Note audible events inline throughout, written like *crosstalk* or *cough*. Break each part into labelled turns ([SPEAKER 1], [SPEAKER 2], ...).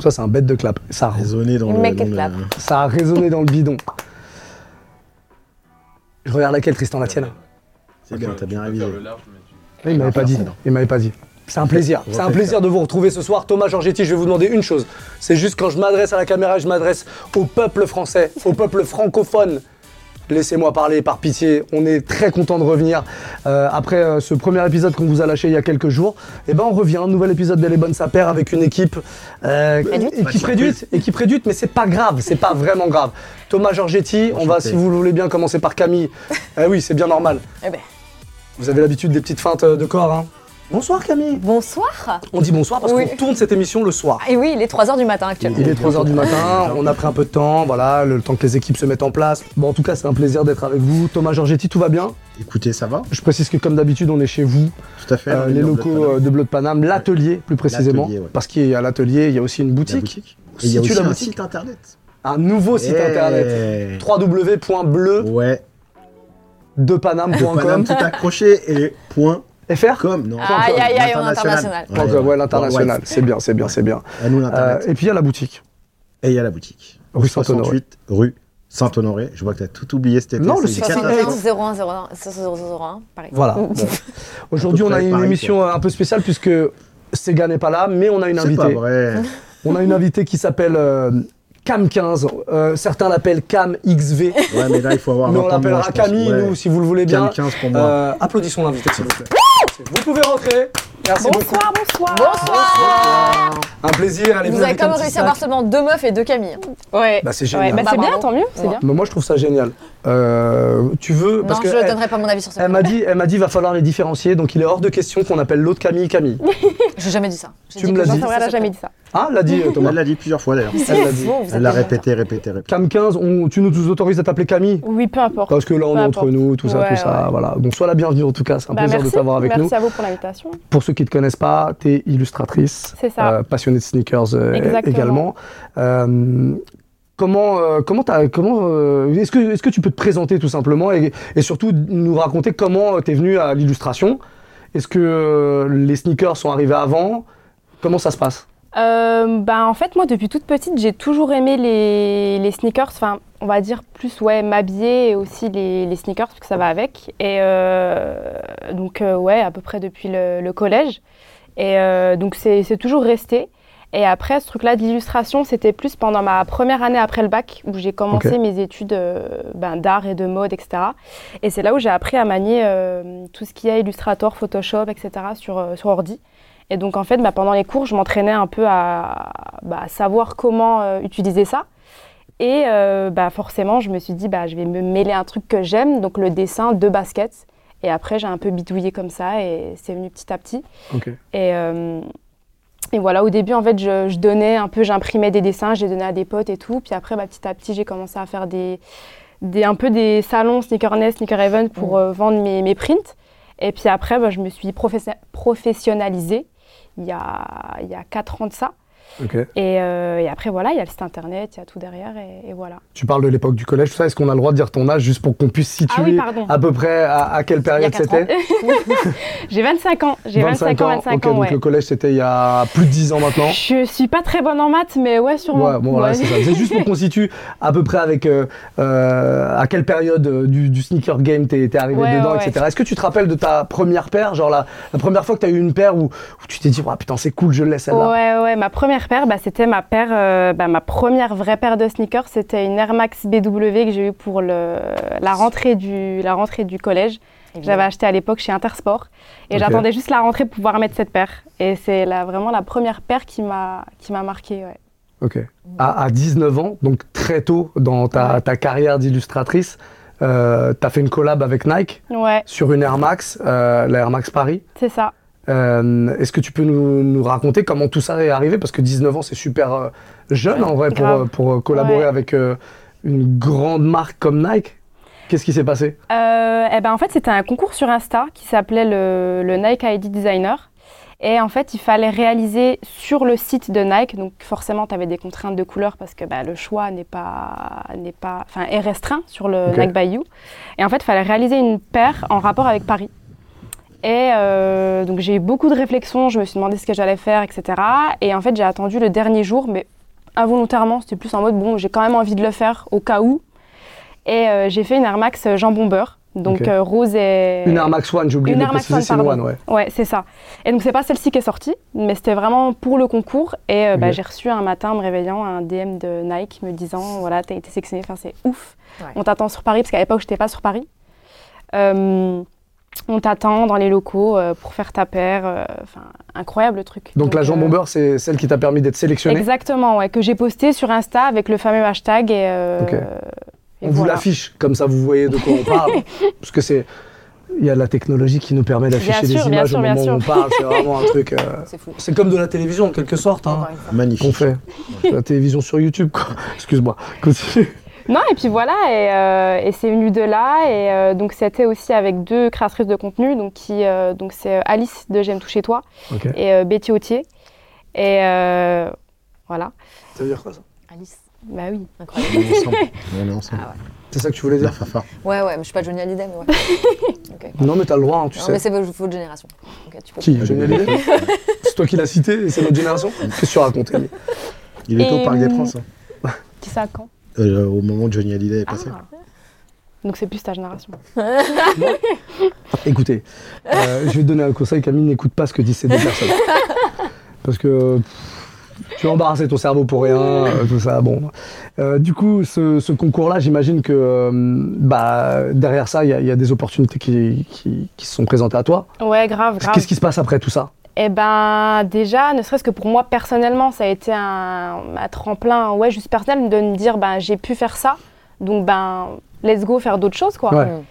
[SPEAKER 1] Ça, c'est un bête de clap. Ça, a-
[SPEAKER 2] Raisonner dans
[SPEAKER 3] Le
[SPEAKER 2] le. euh,
[SPEAKER 3] mec
[SPEAKER 2] dans
[SPEAKER 3] qui clappe.
[SPEAKER 1] ça a résonné dans le bidon. Je regarde laquelle, Tristan, la tienne
[SPEAKER 2] C'est bien, t'as bien révisé.
[SPEAKER 1] Il m'avait pas dit. Il m'avait pas dit. Ah, C'est un plaisir. C'est un plaisir de vous retrouver ce soir. Thomas Georgetti, je vais vous demander une chose. C'est juste quand je m'adresse à la caméra, je m'adresse au peuple français, au *laughs* peuple francophone. Laissez-moi parler par pitié. On est très content de revenir. Euh, après euh, ce premier épisode qu'on vous a lâché il y a quelques jours, eh ben on revient. Nouvel épisode d'Elle est bonne sa paire avec une équipe, euh,
[SPEAKER 3] Réduite.
[SPEAKER 1] équipe
[SPEAKER 2] Pas de surprise.
[SPEAKER 1] réduite, équipe réduite, mais c'est pas grave, c'est pas vraiment grave. Thomas Georgetti, on va,
[SPEAKER 2] Enchanté.
[SPEAKER 1] si vous le voulez bien, commencer par
[SPEAKER 2] *laughs*
[SPEAKER 1] Camille. Eh oui, c'est bien normal.
[SPEAKER 3] Eh ben,
[SPEAKER 1] Vous avez l'habitude des petites feintes euh, de corps, hein Bonsoir Camille
[SPEAKER 3] bonsoir.
[SPEAKER 1] On dit bonsoir parce
[SPEAKER 3] Oui.
[SPEAKER 1] qu'on tourne cette émission le soir.
[SPEAKER 3] Et oui, il est 3h du matin actuellement.
[SPEAKER 1] Il est 3h du matin, on a pris un peu de temps, voilà, le temps que les équipes se mettent en place. Bon, en tout cas, c'est un plaisir d'être avec vous. Thomas Georgetti, tout va bien
[SPEAKER 2] Écoutez, ça va
[SPEAKER 1] Je précise que comme d'habitude, on est chez vous,
[SPEAKER 2] Tout à fait.
[SPEAKER 1] euh,
[SPEAKER 2] dans
[SPEAKER 1] les
[SPEAKER 2] murs de
[SPEAKER 1] locaux
[SPEAKER 2] Paname.
[SPEAKER 1] euh, de Bleu de Paname, l'atelier plus précisément,
[SPEAKER 2] L'atelier, ouais.
[SPEAKER 1] parce qu'il y a l'atelier, il y a aussi une
[SPEAKER 2] La
[SPEAKER 1] boutique,
[SPEAKER 2] boutique. Et il y
[SPEAKER 1] Si
[SPEAKER 2] a
[SPEAKER 1] tu
[SPEAKER 2] aussi
[SPEAKER 1] la
[SPEAKER 2] un
[SPEAKER 1] boutique.
[SPEAKER 2] site internet.
[SPEAKER 1] un nouveau site
[SPEAKER 2] Eh.
[SPEAKER 1] internet
[SPEAKER 2] Ouais. Paname, tout
[SPEAKER 1] www.bleu-de-paname.com
[SPEAKER 2] accroché et point
[SPEAKER 1] fr
[SPEAKER 2] com. Non.
[SPEAKER 3] Aïe, aïe, aïe, on est international.
[SPEAKER 1] Point com, ouais, l'international, c'est bien, c'est bien, c'est bien.
[SPEAKER 2] À nous
[SPEAKER 1] Euh,
[SPEAKER 2] l'internet.
[SPEAKER 1] et puis il y a la boutique.
[SPEAKER 2] Et il y a la boutique.
[SPEAKER 1] Rue
[SPEAKER 2] 68, rue Saint-Honoré. Je vois que t'as tout oublié cet été.
[SPEAKER 1] Non, le
[SPEAKER 2] c'est
[SPEAKER 1] 68.
[SPEAKER 3] 71
[SPEAKER 2] catastrophe.
[SPEAKER 3] 01 01 01 Paris.
[SPEAKER 1] Voilà. Bon. Aujourd'hui,
[SPEAKER 2] À peu
[SPEAKER 1] on a
[SPEAKER 2] près
[SPEAKER 1] une
[SPEAKER 2] pareil,
[SPEAKER 1] émission un peu spéciale puisque Sega n'est pas là, mais on a une
[SPEAKER 2] C'est pas
[SPEAKER 1] invitée.
[SPEAKER 2] vrai.
[SPEAKER 1] On a une invitée qui s'appelle euh, Cam 15. Euh, certains l'appellent Cam XV,
[SPEAKER 2] Ouais, mais là, il faut avoir.
[SPEAKER 1] mais
[SPEAKER 2] 20
[SPEAKER 1] on
[SPEAKER 2] ans,
[SPEAKER 1] l'appellera
[SPEAKER 2] je pense.
[SPEAKER 1] Camille,
[SPEAKER 2] Ouais.
[SPEAKER 1] nous, si vous le voulez bien.
[SPEAKER 2] Cam 15 pour moi.
[SPEAKER 1] Euh, applaudissons l'invité, s'il vous plaît. Vous pouvez rentrer. Merci beaucoup.
[SPEAKER 4] Bonsoir, bonsoir.
[SPEAKER 3] Bonsoir
[SPEAKER 1] Un plaisir. Allez, venez
[SPEAKER 3] Vous avez
[SPEAKER 1] avec
[SPEAKER 3] quand
[SPEAKER 1] un
[SPEAKER 3] même
[SPEAKER 1] petit
[SPEAKER 3] réussi
[SPEAKER 1] snack.
[SPEAKER 3] à avoir seulement deux meufs et deux Camille.
[SPEAKER 4] Ouais.
[SPEAKER 1] Bah, c'est
[SPEAKER 4] Ouais,
[SPEAKER 1] génial.
[SPEAKER 4] bah, c'est
[SPEAKER 3] Bah,
[SPEAKER 4] bien,
[SPEAKER 3] bravo.
[SPEAKER 4] tant mieux, c'est
[SPEAKER 3] Ouais.
[SPEAKER 4] bien.
[SPEAKER 1] Mais moi, je trouve ça génial. Euh, tu veux
[SPEAKER 3] Non,
[SPEAKER 1] parce
[SPEAKER 3] je
[SPEAKER 1] que
[SPEAKER 3] ne
[SPEAKER 1] elle,
[SPEAKER 3] donnerai pas mon avis sur ça.
[SPEAKER 1] elle m'a dit, elle m'a dit, va falloir les différencier. Donc, il est hors de question qu'on appelle l'autre Camille Camille.
[SPEAKER 3] J'ai jamais dit ça. J'ai
[SPEAKER 1] Tu
[SPEAKER 3] dit
[SPEAKER 1] me
[SPEAKER 3] que
[SPEAKER 1] l'as
[SPEAKER 3] les
[SPEAKER 1] dit.
[SPEAKER 3] gens
[SPEAKER 4] Non,
[SPEAKER 3] font
[SPEAKER 4] elle a
[SPEAKER 3] ça
[SPEAKER 4] jamais dit ça.
[SPEAKER 1] Ah, l'a dit euh, Thomas.
[SPEAKER 2] Elle l'a dit plusieurs fois d'ailleurs.
[SPEAKER 1] Elle l'a dit.
[SPEAKER 3] Vous, vous
[SPEAKER 2] Elle
[SPEAKER 3] êtes
[SPEAKER 2] l'a
[SPEAKER 3] des gens.
[SPEAKER 2] répété, répété, répété.
[SPEAKER 1] Cam 15, on- tu nous autorises à t'appeler Camille
[SPEAKER 4] Oui, peu importe.
[SPEAKER 1] Parce que là, on
[SPEAKER 4] Peu
[SPEAKER 1] est entre
[SPEAKER 4] importe.
[SPEAKER 1] nous, tout ça,
[SPEAKER 4] Ouais,
[SPEAKER 1] tout ça.
[SPEAKER 4] ouais.
[SPEAKER 1] Voilà. Bon, sois la bienvenue en tout cas, c'est un
[SPEAKER 4] Bah,
[SPEAKER 1] plaisir
[SPEAKER 4] merci.
[SPEAKER 1] de t'avoir avec
[SPEAKER 4] merci
[SPEAKER 1] nous.
[SPEAKER 4] à vous pour l'invitation.
[SPEAKER 1] Pour ceux qui ne te connaissent pas, tu es illustratrice,
[SPEAKER 4] C'est ça.
[SPEAKER 1] euh, passionnée de sneakers euh,
[SPEAKER 4] Exactement.
[SPEAKER 1] également. Euh, comment, euh, comment, t'as- comment euh, est-ce que, est que tu peux te présenter tout simplement et, et surtout nous raconter comment tu es venue à l'illustration Est-ce que euh, les sneakers sont arrivés avant Comment ça se passe
[SPEAKER 4] Euh, bah, en fait, moi, depuis toute petite, j'ai toujours aimé les, les sneakers. Enfin, on va dire plus ouais, m'habiller et aussi les, les sneakers, parce que ça va avec. Et euh, donc, euh, ouais, à peu près depuis le, le collège. Et euh, donc, c'est c'est toujours resté. Et après, ce truc-là de l'illustration, c'était plus pendant ma première année après le bac, où j'ai commencé
[SPEAKER 1] Ok.
[SPEAKER 4] mes études euh, ben, d'art et de mode, etc. Et c'est là où j'ai appris à manier euh, tout ce qui est Illustrator, Photoshop, etc. sur, euh, sur ordi. Et donc, en fait, bah, pendant les cours, je m'entraînais un peu à bah, savoir comment euh, utiliser ça. Et euh, bah, forcément, je me suis dit, bah, je vais me mêler à un truc que j'aime, donc le dessin de basket. Et après, j'ai un peu bidouillé comme ça et c'est venu petit à petit.
[SPEAKER 1] Ok.
[SPEAKER 4] Et, euh, et voilà, au début, en fait, je, je donnais un peu, j'imprimais des dessins, je les donnais à des potes et tout. Puis après, bah, petit à petit, j'ai commencé à faire des, des, un peu des salons Sneaker Nest, Sneaker Heaven pour
[SPEAKER 3] Mhm.
[SPEAKER 4] euh, vendre mes, mes prints. Et puis après, bah, je me suis professe- professionnalisée il y a, il y a 4 ans de ça.
[SPEAKER 1] ok.
[SPEAKER 4] Et, euh, et après, voilà, il y a le site internet, il y a tout derrière et, et voilà.
[SPEAKER 1] Tu parles de l'époque du collège, tout ça. Est-ce qu'on a le droit de dire ton âge juste pour qu'on puisse situer
[SPEAKER 4] Ah oui, pardon.
[SPEAKER 1] à peu près à, à quelle
[SPEAKER 3] Il y a
[SPEAKER 1] période
[SPEAKER 3] quatre
[SPEAKER 1] c'était
[SPEAKER 4] J'ai 25 ans. J'ai 25 ans, 25
[SPEAKER 1] ok,
[SPEAKER 4] ans,
[SPEAKER 1] donc
[SPEAKER 4] ouais.
[SPEAKER 1] le collège c'était il y a plus de 10 ans maintenant.
[SPEAKER 4] Je suis pas très bonne en maths, mais ouais, sûrement.
[SPEAKER 1] Ouais, bon, voilà,
[SPEAKER 4] Ouais.
[SPEAKER 1] c'est ça. C'est juste pour qu'on situe à peu près avec euh, euh, à quelle période euh, du, du sneaker game t'es t'es arrivé
[SPEAKER 4] Ouais,
[SPEAKER 1] dedans,
[SPEAKER 4] ouais,
[SPEAKER 1] etc. Est-ce que tu te rappelles de ta première paire, genre la, la première fois que t'as eu une paire où, où tu t'es dit, oh, putain, c'est cool, je laisse celle-là
[SPEAKER 4] Ouais, ouais, ma première paire, bah, c'était ma paire, euh, bah, ma première vraie paire de sneakers, c'était une Air Max BW que j'ai eue pour le, la, rentrée du, la rentrée du collège. J'avais acheté à l'époque chez Intersport et
[SPEAKER 1] Ok.
[SPEAKER 4] j'attendais juste la rentrée pour pouvoir mettre cette paire. Et c'est la, vraiment la première paire qui m'a qui m'a marquée. ouais.
[SPEAKER 1] Ok. À, à 19 ans, donc très tôt dans ta,
[SPEAKER 4] Ouais.
[SPEAKER 1] ta carrière d'illustratrice, euh, t'as fait une collab avec Nike
[SPEAKER 4] Ouais,
[SPEAKER 1] sur une Air Max, euh, la Air Max Paris.
[SPEAKER 4] c'est ça.
[SPEAKER 1] Euh, Est-ce que tu peux nous, nous raconter comment tout ça est arrivé Parce que 19 ans, c'est super euh, jeune en vrai pour,
[SPEAKER 4] Grave.
[SPEAKER 1] euh, pour euh, collaborer
[SPEAKER 4] Ouais.
[SPEAKER 1] avec euh, une grande marque comme Nike. Qu'est-ce qui s'est passé
[SPEAKER 4] Euh, eh ben, en fait, c'était un concours sur Insta qui s'appelait le, le Nike ID Designer. Et en fait, il fallait réaliser sur le site de Nike. Donc, forcément, tu avais des contraintes de couleurs parce que bah, le choix n'est pas, n'est pas, enfin, est restreint sur le
[SPEAKER 1] Ok.
[SPEAKER 4] Nike by You. Et en fait, il fallait réaliser une paire en rapport avec Paris. Et euh, donc, j'ai eu beaucoup de réflexions. Je me suis demandé ce que j'allais faire, etc. Et en fait, j'ai attendu le dernier jour, mais involontairement, c'était plus en mode bon, j'ai quand même envie de le faire au cas où. Et euh, j'ai fait une Air Max Jean Bomber, donc
[SPEAKER 1] Ok.
[SPEAKER 4] euh, rose et.
[SPEAKER 1] Une Air Max One, j'ai oublié
[SPEAKER 4] Une
[SPEAKER 1] de le
[SPEAKER 4] Air Max
[SPEAKER 1] préciser, c'est
[SPEAKER 4] One,
[SPEAKER 1] une One,
[SPEAKER 4] pardon.
[SPEAKER 1] ouais.
[SPEAKER 4] Ouais, c'est ça. Et donc c'est pas celle-ci qui est sortie, mais c'était vraiment pour le concours. Et euh, bah,
[SPEAKER 1] Ok.
[SPEAKER 4] j'ai reçu un matin, en me réveillant, un DM de Nike me disant voilà, t'as été sélectionné. Enfin, c'est ouf.
[SPEAKER 3] Ouais.
[SPEAKER 4] On t'attend sur Paris parce qu'à l'époque j'étais pas sur Paris. Euh, on t'attend dans les locaux euh, pour faire ta paire. euh, Enfin, incroyable le truc.
[SPEAKER 1] Donc, la
[SPEAKER 4] euh,
[SPEAKER 1] Jean Bomber, c'est celle qui t'a permis d'être sélectionné.
[SPEAKER 4] Exactement, ouais, que j'ai posté sur Insta avec le fameux hashtag et. euh,
[SPEAKER 1] Ok.
[SPEAKER 4] et
[SPEAKER 1] On vous
[SPEAKER 4] voilà.
[SPEAKER 1] l'affiche, comme ça vous voyez de quoi on
[SPEAKER 4] *laughs*
[SPEAKER 1] parle. parce que c'est. Il y a la technologie qui nous permet d'afficher des
[SPEAKER 4] sûr, bien
[SPEAKER 1] images
[SPEAKER 4] sûr,
[SPEAKER 1] au
[SPEAKER 4] bien
[SPEAKER 1] moment où on
[SPEAKER 4] sûr.
[SPEAKER 1] parle. C'est vraiment
[SPEAKER 4] *laughs*
[SPEAKER 1] un truc. euh,
[SPEAKER 3] C'est fou.
[SPEAKER 1] C'est comme de la télévision en quelque sorte. Hein.
[SPEAKER 3] Encore une fois.
[SPEAKER 1] Qu'on
[SPEAKER 2] Magnifique.
[SPEAKER 1] fait la télévision sur YouTube, quoi. Excuse-moi, continue.
[SPEAKER 4] Non, et puis voilà, et, euh, et c'est venu de là. Et euh, donc, c'était aussi avec deux créatrices de contenu. Donc, qui, euh, donc c'est euh, Alice de J'aime toucher toi
[SPEAKER 1] Ok.
[SPEAKER 4] et euh, Betty Autier. Et euh, voilà.
[SPEAKER 1] Ça veut dire quoi ça
[SPEAKER 3] Alice,
[SPEAKER 4] Bah oui.
[SPEAKER 3] incroyable.
[SPEAKER 2] On est ensemble. On est ensemble.
[SPEAKER 3] Ah
[SPEAKER 1] C'est ça que tu voulais
[SPEAKER 2] La
[SPEAKER 1] dire
[SPEAKER 2] fanfare.
[SPEAKER 3] Ouais, ouais, mais je suis pas Johnny Hallyday, mais ouais.
[SPEAKER 1] Non, mais t'as le droit, hein, tu
[SPEAKER 3] non,
[SPEAKER 1] sais.
[SPEAKER 3] mais c'est votre votre génération. Ok, tu peux
[SPEAKER 1] Qui Johnny Hallyday C'est toi qui l'as cité et c'est notre génération Qu'est-ce que tu racontes Ellie
[SPEAKER 2] Il est au
[SPEAKER 4] Et-
[SPEAKER 2] Parc des Princes. hein.
[SPEAKER 4] Qui ça quand Ah.
[SPEAKER 2] Euh, au moment où Johnny Hallyday est passé.
[SPEAKER 4] Donc, c'est plus ta génération.
[SPEAKER 1] Écoutez, euh, je vais te donner un conseil, Camille, n'écoute pas ce que disent ces deux personnes. Parce que pff, tu vas embarrasser ton cerveau pour rien, euh, tout ça, bon. Euh, du coup, ce, ce concours-là, j'imagine que euh, bah, derrière ça, il y, a- il y a des opportunités qui, qui, qui se sont présentées à toi.
[SPEAKER 4] Ouais, grave, grave.
[SPEAKER 1] Qu'est-ce qui se passe après tout ça
[SPEAKER 4] Eh ben déjà, ne serait-ce que pour moi personnellement, ça a été un, un tremplin, ouais, juste personnel, de me dire, ben j'ai pu faire ça, donc ben let's go faire d'autres choses, quoi.
[SPEAKER 1] Ouais.
[SPEAKER 3] Mm.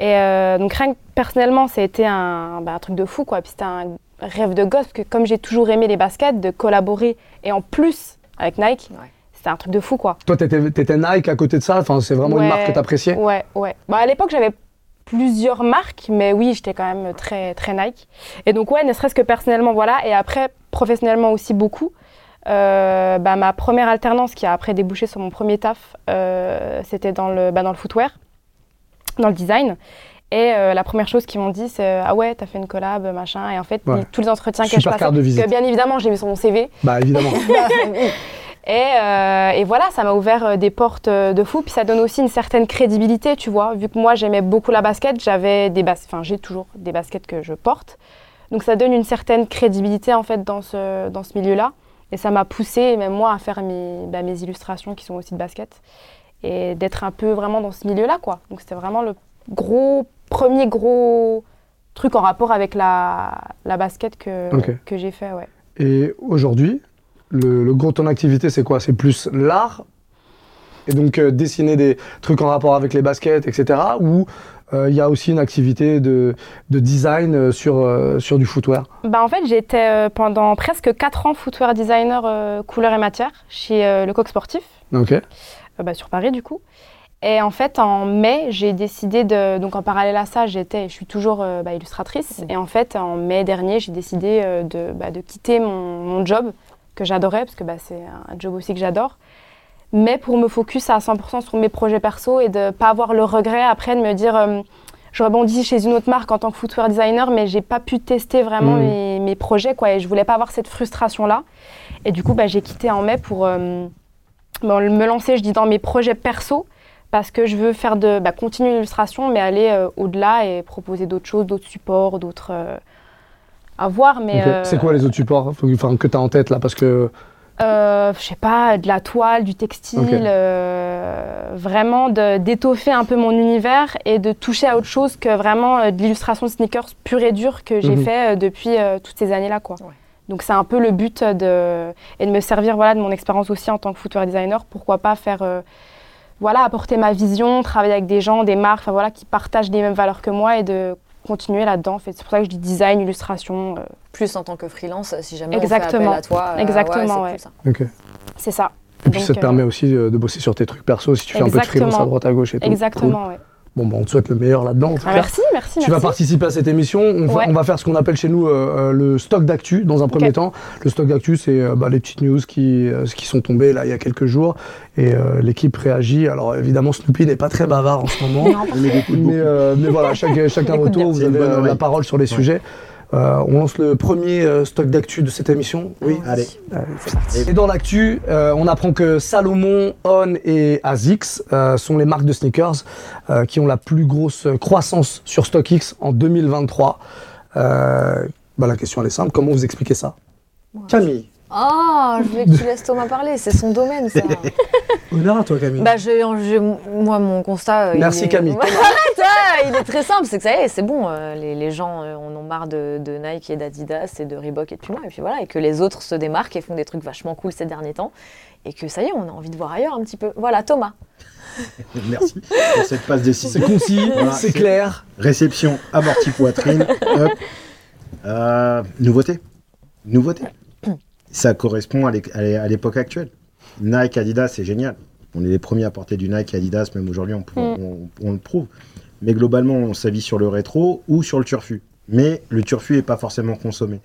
[SPEAKER 4] Et euh, donc rien que personnellement, ça a été un, ben, un truc de fou, quoi. Puis c'était un rêve de gosse, parce que comme j'ai toujours aimé les baskets, de collaborer, et en plus avec Nike,
[SPEAKER 3] Ouais.
[SPEAKER 4] c'était un truc de fou, quoi.
[SPEAKER 1] Toi, t'étais étais Nike à côté de ça, enfin, c'est vraiment une
[SPEAKER 4] Ouais.
[SPEAKER 1] marque que t'appréciais
[SPEAKER 4] Ouais, ouais. Bah, à l'époque, j'avais plusieurs marques, mais oui, j'étais quand même très, très Nike. Et donc, ouais, ne serait-ce que personnellement, voilà. Et après, professionnellement aussi beaucoup. Euh, bah, ma première alternance qui a après débouché sur mon premier taf, euh, c'était dans le, bah, dans le footwear, dans le design. Et euh, la première chose qu'ils m'ont dit, c'est Ah ouais, t'as fait une collab, machin. Et en fait,
[SPEAKER 1] Ouais.
[SPEAKER 4] tous les entretiens que je
[SPEAKER 1] Super
[SPEAKER 4] passais,
[SPEAKER 1] carte de visite.
[SPEAKER 4] que bien évidemment, j'ai mis sur mon CV.
[SPEAKER 1] Bah, évidemment.
[SPEAKER 4] Et, euh, et voilà, ça m'a ouvert euh, des portes euh, de fou. Puis ça donne aussi une certaine crédibilité, tu vois. Vu que moi, j'aimais beaucoup la basket, j'avais des bas- enfin, j'ai toujours des baskets que je porte. Donc ça donne une certaine crédibilité, en fait, dans ce, dans ce milieu-là. Et ça m'a poussé, même moi, à faire mes, bah, mes illustrations qui sont aussi de basket. Et d'être un peu vraiment dans ce milieu-là, quoi. Donc c'était vraiment le gros, premier gros truc en rapport avec la, la basket que,
[SPEAKER 1] Ok.
[SPEAKER 4] que j'ai fait, ouais.
[SPEAKER 1] Et aujourd'hui, le, le gros de ton activité, c'est quoi C'est plus l'art et donc euh, dessiner des trucs en rapport avec les baskets, etc. Ou euh, il y a aussi une activité de, de design euh, sur, euh, sur du footwear.
[SPEAKER 4] Bah en fait, j'étais euh, pendant presque 4 ans footwear designer euh, couleur et matière chez euh, le coq sportif,
[SPEAKER 1] Ok.
[SPEAKER 4] euh, bah, sur Paris du coup. Et en fait, en mai, j'ai décidé de. Donc en parallèle à ça, j'étais, je suis toujours euh, bah, illustratrice.
[SPEAKER 3] Mhm.
[SPEAKER 4] Et en fait, en mai dernier, j'ai décidé euh, de, bah, de quitter mon, mon job que j'adorais, parce que bah, c'est un job aussi que j'adore. Mais pour me focus à 100% sur mes projets perso et de pas avoir le regret après de me dire. euh, je rebondis chez une autre marque en tant que footwear designer, mais j'ai pas pu tester vraiment
[SPEAKER 1] Mhm.
[SPEAKER 4] mes, mes projets, quoi. Et je voulais pas avoir cette frustration-là. Et du coup, bah, j'ai quitté en mai pour euh, bah, me lancer, je dis, dans mes projets perso, parce que je veux faire de, bah, continuer l'illustration, mais aller euh, au-delà et proposer d'autres choses, d'autres supports, d'autres. euh, à voir, mais.
[SPEAKER 1] Ok.
[SPEAKER 4] euh,
[SPEAKER 1] C'est quoi les autres supports faut que- enfin, que tu as en tête là Parce que.
[SPEAKER 4] euh, je sais pas, de la toile, du textile,
[SPEAKER 1] Ok.
[SPEAKER 4] euh, vraiment de- d'étoffer un peu mon univers et de toucher à autre chose que vraiment euh, de l'illustration de sneakers pure et dure que j'ai
[SPEAKER 1] Mhm.
[SPEAKER 4] fait euh, depuis euh, toutes ces années-là, quoi.
[SPEAKER 3] Ouais.
[SPEAKER 4] Donc c'est un peu le but de et de me servir voilà de mon expérience aussi en tant que footwear designer. Pourquoi pas faire euh, voilà apporter ma vision, travailler avec des gens, des marques, enfin, voilà qui partagent les mêmes valeurs que moi et de continuer là-dedans. En fait, c'est pour ça que je dis design, illustration. euh,
[SPEAKER 3] Plus en tant que freelance, euh, si jamais
[SPEAKER 4] Exactement.
[SPEAKER 3] on fait appel à toi. euh,
[SPEAKER 4] Exactement,
[SPEAKER 3] ouais.
[SPEAKER 4] ouais.
[SPEAKER 3] c'est cool,
[SPEAKER 1] Ok.
[SPEAKER 4] c'est ça.
[SPEAKER 1] Et puis
[SPEAKER 4] Donc,
[SPEAKER 1] ça te
[SPEAKER 4] euh,
[SPEAKER 1] permet aussi euh, de bosser sur tes trucs perso si tu fais un peu de freelance à
[SPEAKER 4] Exactement.
[SPEAKER 1] droite à gauche et tout.
[SPEAKER 4] Exactement. ouais.
[SPEAKER 1] Cool. Bon, bah, on te souhaite le meilleur là-dedans. en tout
[SPEAKER 4] Ah,
[SPEAKER 1] cas.
[SPEAKER 4] merci, merci,
[SPEAKER 1] Tu vas
[SPEAKER 4] merci.
[SPEAKER 1] participer à cette émission. On, va,
[SPEAKER 4] Ouais.
[SPEAKER 1] on va faire ce qu'on appelle chez nous euh, euh, le stock d'actu dans un premier temps. Le stock d'actu, c'est euh, bah, les petites news qui, euh, qui sont tombées là il y a quelques jours et euh, l'équipe réagit. Alors évidemment, Snoopy n'est pas très bavard en ce moment,
[SPEAKER 2] Il met des coups de
[SPEAKER 1] mais,
[SPEAKER 2] beaucoup.
[SPEAKER 1] euh, mais voilà, chaque, chacun
[SPEAKER 3] Il écoute
[SPEAKER 1] votre tour,
[SPEAKER 3] bien.
[SPEAKER 1] vous
[SPEAKER 2] C'est une
[SPEAKER 1] avez
[SPEAKER 2] bonne
[SPEAKER 1] euh, la
[SPEAKER 2] oreille.
[SPEAKER 1] parole sur les
[SPEAKER 2] Ouais.
[SPEAKER 1] sujets. Euh, on lance le premier euh, stock d'actu de cette émission. Oui.
[SPEAKER 2] Allez.
[SPEAKER 1] Et dans l'actu, euh, on apprend que Salomon, On et ASICS euh, sont les marques de sneakers euh, qui ont la plus grosse croissance sur StockX en 2023. Euh, bah, la question elle est simple, comment vous expliquez ça Camille.
[SPEAKER 3] Ah, je voulais que tu laisses Thomas parler, c'est son
[SPEAKER 1] *laughs*
[SPEAKER 3] domaine ça.
[SPEAKER 1] Honneur à toi
[SPEAKER 2] Euh.
[SPEAKER 1] Camille.
[SPEAKER 3] bah, j'ai- j'ai- moi, mon constat. euh, il
[SPEAKER 1] Merci,
[SPEAKER 3] est-
[SPEAKER 1] Camille.
[SPEAKER 3] *laughs* Arrête, euh, il est très simple, c'est que ça y est, c'est bon. euh, les, les gens euh, en ont marre de, de Nike et d'Adidas et de Reebok et de Puma, et puis voilà, et que les autres se démarquent et font des trucs vachement cool ces derniers temps, et que ça y est, on a envie de voir ailleurs un petit peu. Voilà, Thomas.
[SPEAKER 2] Merci pour cette passe
[SPEAKER 1] C'est
[SPEAKER 2] décisive.
[SPEAKER 1] concis,
[SPEAKER 2] Voilà,
[SPEAKER 1] c'est
[SPEAKER 2] c'est-
[SPEAKER 1] clair.
[SPEAKER 2] Réception, amorti poitrine. hop. Euh, nouveauté. Nouveauté. Ça correspond à l'éc- à l'é- à l'époque actuelle. Nike, Adidas, c'est génial. On est les premiers à porter du Nike, Adidas, même aujourd'hui, on, pou- on- on le prouve. Mais globalement, on s'avise sur le rétro ou sur le turfu. Mais le turfu n'est pas forcément consommé.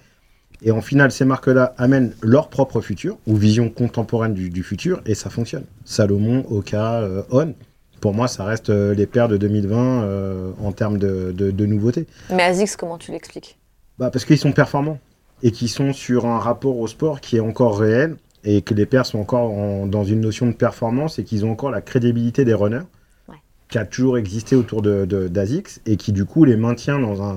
[SPEAKER 2] Et en final, ces marques-là amènent leur propre futur ou vision contemporaine du, du futur et ça fonctionne. Salomon, Oka, euh, On, pour moi, ça reste euh, les paires de 2020 euh, en termes de, de- de nouveautés.
[SPEAKER 3] Mais Azix, comment tu l'expliques
[SPEAKER 2] Bah, parce qu'ils sont performants et qu'ils sont sur un rapport au sport qui est encore réel et que les paires sont encore en- dans une notion de performance et qu'ils ont encore la crédibilité des runners
[SPEAKER 3] Ouais.
[SPEAKER 2] qui a toujours existé autour de- de- d'Asics et qui du coup les maintient dans un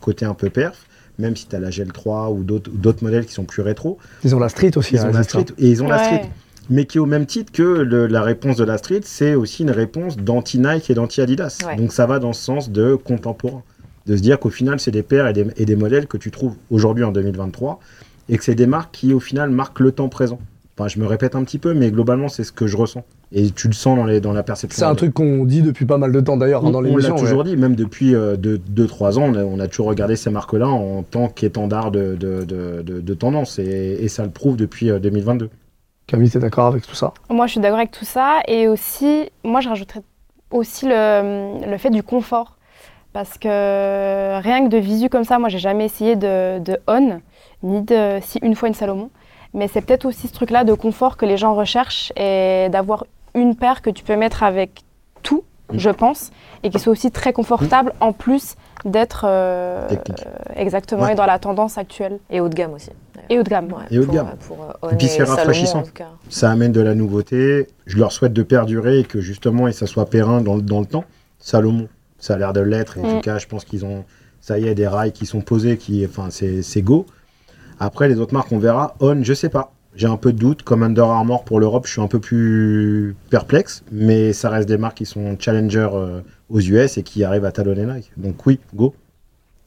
[SPEAKER 2] côté un peu perf, même si tu as la Gel 3 ou d'autres d'autres modèles qui sont plus rétro.
[SPEAKER 1] Ils ont la street aussi.
[SPEAKER 2] Ils ont
[SPEAKER 1] hein,
[SPEAKER 2] la
[SPEAKER 1] Asics, hein.
[SPEAKER 2] street et ils ont la
[SPEAKER 4] Ouais.
[SPEAKER 2] street, mais qui est au même titre que le- la réponse de la street, c'est aussi une réponse d'anti Nike et d'anti Adidas.
[SPEAKER 3] Ouais.
[SPEAKER 2] Donc ça va dans ce sens de contemporain, de se dire qu'au final c'est des paires et des, et des modèles que tu trouves aujourd'hui en 2023 et que c'est des marques qui au final marquent le temps présent. Enfin, je me répète un petit peu, mais globalement c'est ce que je ressens et tu le sens dans, les, dans la perception.
[SPEAKER 1] C'est un
[SPEAKER 2] des-
[SPEAKER 1] truc qu'on dit depuis pas mal de temps d'ailleurs hein,
[SPEAKER 2] on,
[SPEAKER 1] dans
[SPEAKER 2] on l'a
[SPEAKER 1] l'émission.
[SPEAKER 2] toujours
[SPEAKER 1] ouais.
[SPEAKER 2] dit, même depuis euh, 2-3 ans, on a, on a toujours regardé ces marques-là en tant qu'étendard de, de- de- de- de tendance, et, et ça le prouve depuis euh, 2022.
[SPEAKER 1] Camille, t'es d'accord avec tout ça
[SPEAKER 4] Moi, je suis d'accord avec tout ça. Et aussi, moi, je rajouterais aussi le, le fait du confort. Parce que rien que de visu comme ça, moi, j'ai jamais essayé de, de on, ni de si une fois une Salomon. Mais c'est peut-être aussi ce truc-là de confort que les gens recherchent et d'avoir une paire que tu peux mettre avec tout,
[SPEAKER 2] Mm.
[SPEAKER 4] je pense, et qui soit aussi très confortable en plus d'être euh,
[SPEAKER 2] Technique.
[SPEAKER 4] euh, exactement
[SPEAKER 2] Ouais.
[SPEAKER 4] et dans la tendance actuelle
[SPEAKER 3] Et haut de gamme aussi.
[SPEAKER 4] et haut de gamme.
[SPEAKER 3] Ouais,
[SPEAKER 2] Et haut de
[SPEAKER 3] pour,
[SPEAKER 2] gamme.
[SPEAKER 3] euh, Pour, euh,
[SPEAKER 2] Et puis c'est
[SPEAKER 3] Honey et Salomon,
[SPEAKER 2] rafraîchissant.
[SPEAKER 3] en tout cas.
[SPEAKER 2] ça amène de la nouveauté. Je leur souhaite de perdurer et que justement, et ça soit périn dans, le- dans le temps. Salomon, ça a l'air de l'être. et En
[SPEAKER 4] Mm.
[SPEAKER 2] tout cas, je pense qu'ils ont, ça y est, des rails qui sont posés, qui, enfin, c'est c'est go. Après, les autres marques, on verra. On, je sais pas. J'ai un peu de doute. Comme Under Armour pour l'Europe, je suis un peu plus perplexe. Mais ça reste des marques qui sont challenger euh, aux US et qui arrivent à talonner Nike. Donc oui, go.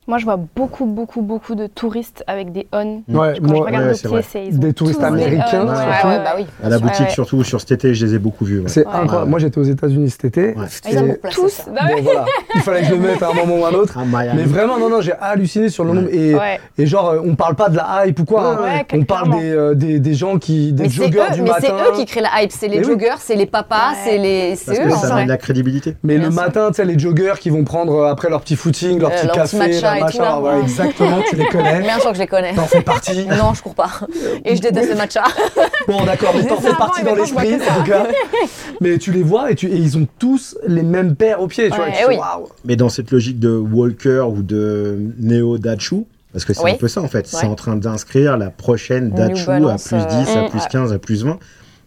[SPEAKER 4] Moi, je vois beaucoup, beaucoup, beaucoup de touristes avec des on
[SPEAKER 2] Mm.
[SPEAKER 1] Ouais,
[SPEAKER 4] Quand je
[SPEAKER 1] moi,
[SPEAKER 4] regarde
[SPEAKER 2] ouais,
[SPEAKER 4] au
[SPEAKER 2] c'est
[SPEAKER 4] pied,
[SPEAKER 2] vrai.
[SPEAKER 4] c'est ils ont
[SPEAKER 1] des touristes
[SPEAKER 4] tous des
[SPEAKER 1] américains.
[SPEAKER 4] Huns,
[SPEAKER 2] Ouais,
[SPEAKER 3] Ouais,
[SPEAKER 1] surtout.
[SPEAKER 2] Ah ouais,
[SPEAKER 3] ouais, bah oui.
[SPEAKER 2] À la
[SPEAKER 4] Ouais,
[SPEAKER 2] boutique,
[SPEAKER 4] ouais.
[SPEAKER 2] surtout sur cet été, je les ai beaucoup vus. ouais.
[SPEAKER 1] C'est
[SPEAKER 4] Ouais.
[SPEAKER 1] incroyable. Moi, j'étais aux États-Unis cet été.
[SPEAKER 2] Ouais.
[SPEAKER 1] Et-
[SPEAKER 3] Ils ont remplacé
[SPEAKER 4] tous.
[SPEAKER 3] ça.
[SPEAKER 4] Bah ouais.
[SPEAKER 1] Bon, voilà. Il fallait que je le mette à un moment ou à un
[SPEAKER 2] *laughs*
[SPEAKER 1] autre.
[SPEAKER 2] Ah, Miami.
[SPEAKER 1] Mais vraiment, non, non, j'ai halluciné sur le nombre. Et,
[SPEAKER 4] Ouais.
[SPEAKER 1] et genre, euh, on parle pas de la hype ou quoi. hein.
[SPEAKER 4] Ouais, ouais,
[SPEAKER 1] on parle
[SPEAKER 4] clairement.
[SPEAKER 1] des, euh, des, des gens qui. des
[SPEAKER 3] Mais c'est
[SPEAKER 1] joggers
[SPEAKER 3] eux,
[SPEAKER 1] du
[SPEAKER 3] mais c'est
[SPEAKER 1] matin.
[SPEAKER 3] eux qui créent la hype. C'est les
[SPEAKER 1] Mais oui.
[SPEAKER 3] joggers, c'est les papas,
[SPEAKER 4] Ouais.
[SPEAKER 3] c'est les. C'est
[SPEAKER 2] Parce
[SPEAKER 3] eux.
[SPEAKER 2] que
[SPEAKER 4] en
[SPEAKER 2] ça
[SPEAKER 4] vrai.
[SPEAKER 2] amène de la crédibilité.
[SPEAKER 1] Mais
[SPEAKER 3] Bien
[SPEAKER 1] le
[SPEAKER 3] sûr.
[SPEAKER 1] matin, tu sais, les joggers qui vont prendre euh, après leur petit footing, leur
[SPEAKER 3] Euh,
[SPEAKER 1] petit
[SPEAKER 3] leur petit
[SPEAKER 1] café,
[SPEAKER 3] matcha
[SPEAKER 1] leur
[SPEAKER 3] et tout,
[SPEAKER 1] machin.
[SPEAKER 3] là.
[SPEAKER 1] ouais, exactement, tu les
[SPEAKER 3] *laughs*
[SPEAKER 1] connais.
[SPEAKER 3] Bien sûr que je les connais.
[SPEAKER 1] T'en fais partie.
[SPEAKER 3] Non, je cours
[SPEAKER 4] *laughs*
[SPEAKER 3] pas. Et je déteste le matcha.
[SPEAKER 1] Bon, d'accord, mais t'en fais
[SPEAKER 4] Bizarrement,
[SPEAKER 1] partie
[SPEAKER 4] et
[SPEAKER 1] dans
[SPEAKER 4] maintenant, je vois
[SPEAKER 1] l'esprit,
[SPEAKER 4] que ça.
[SPEAKER 1] en tout cas. Mais tu les vois et, tu, et ils ont tous les mêmes paires aux pieds. tu vois,
[SPEAKER 4] Ouais,
[SPEAKER 1] et tu
[SPEAKER 3] eh
[SPEAKER 1] fais,
[SPEAKER 3] oui.
[SPEAKER 1] waouh.
[SPEAKER 2] mais dans cette logique de Walker ou de Neo Dachu, parce que c'est
[SPEAKER 3] Oui.
[SPEAKER 2] un peu ça en fait, c'est
[SPEAKER 3] Ouais.
[SPEAKER 2] en train d'inscrire la prochaine
[SPEAKER 3] New
[SPEAKER 2] Dachu à
[SPEAKER 3] Balance, mm, ah.
[SPEAKER 2] plus 10, à
[SPEAKER 4] euh,
[SPEAKER 2] plus
[SPEAKER 3] ouais.
[SPEAKER 2] 15, à plus 20.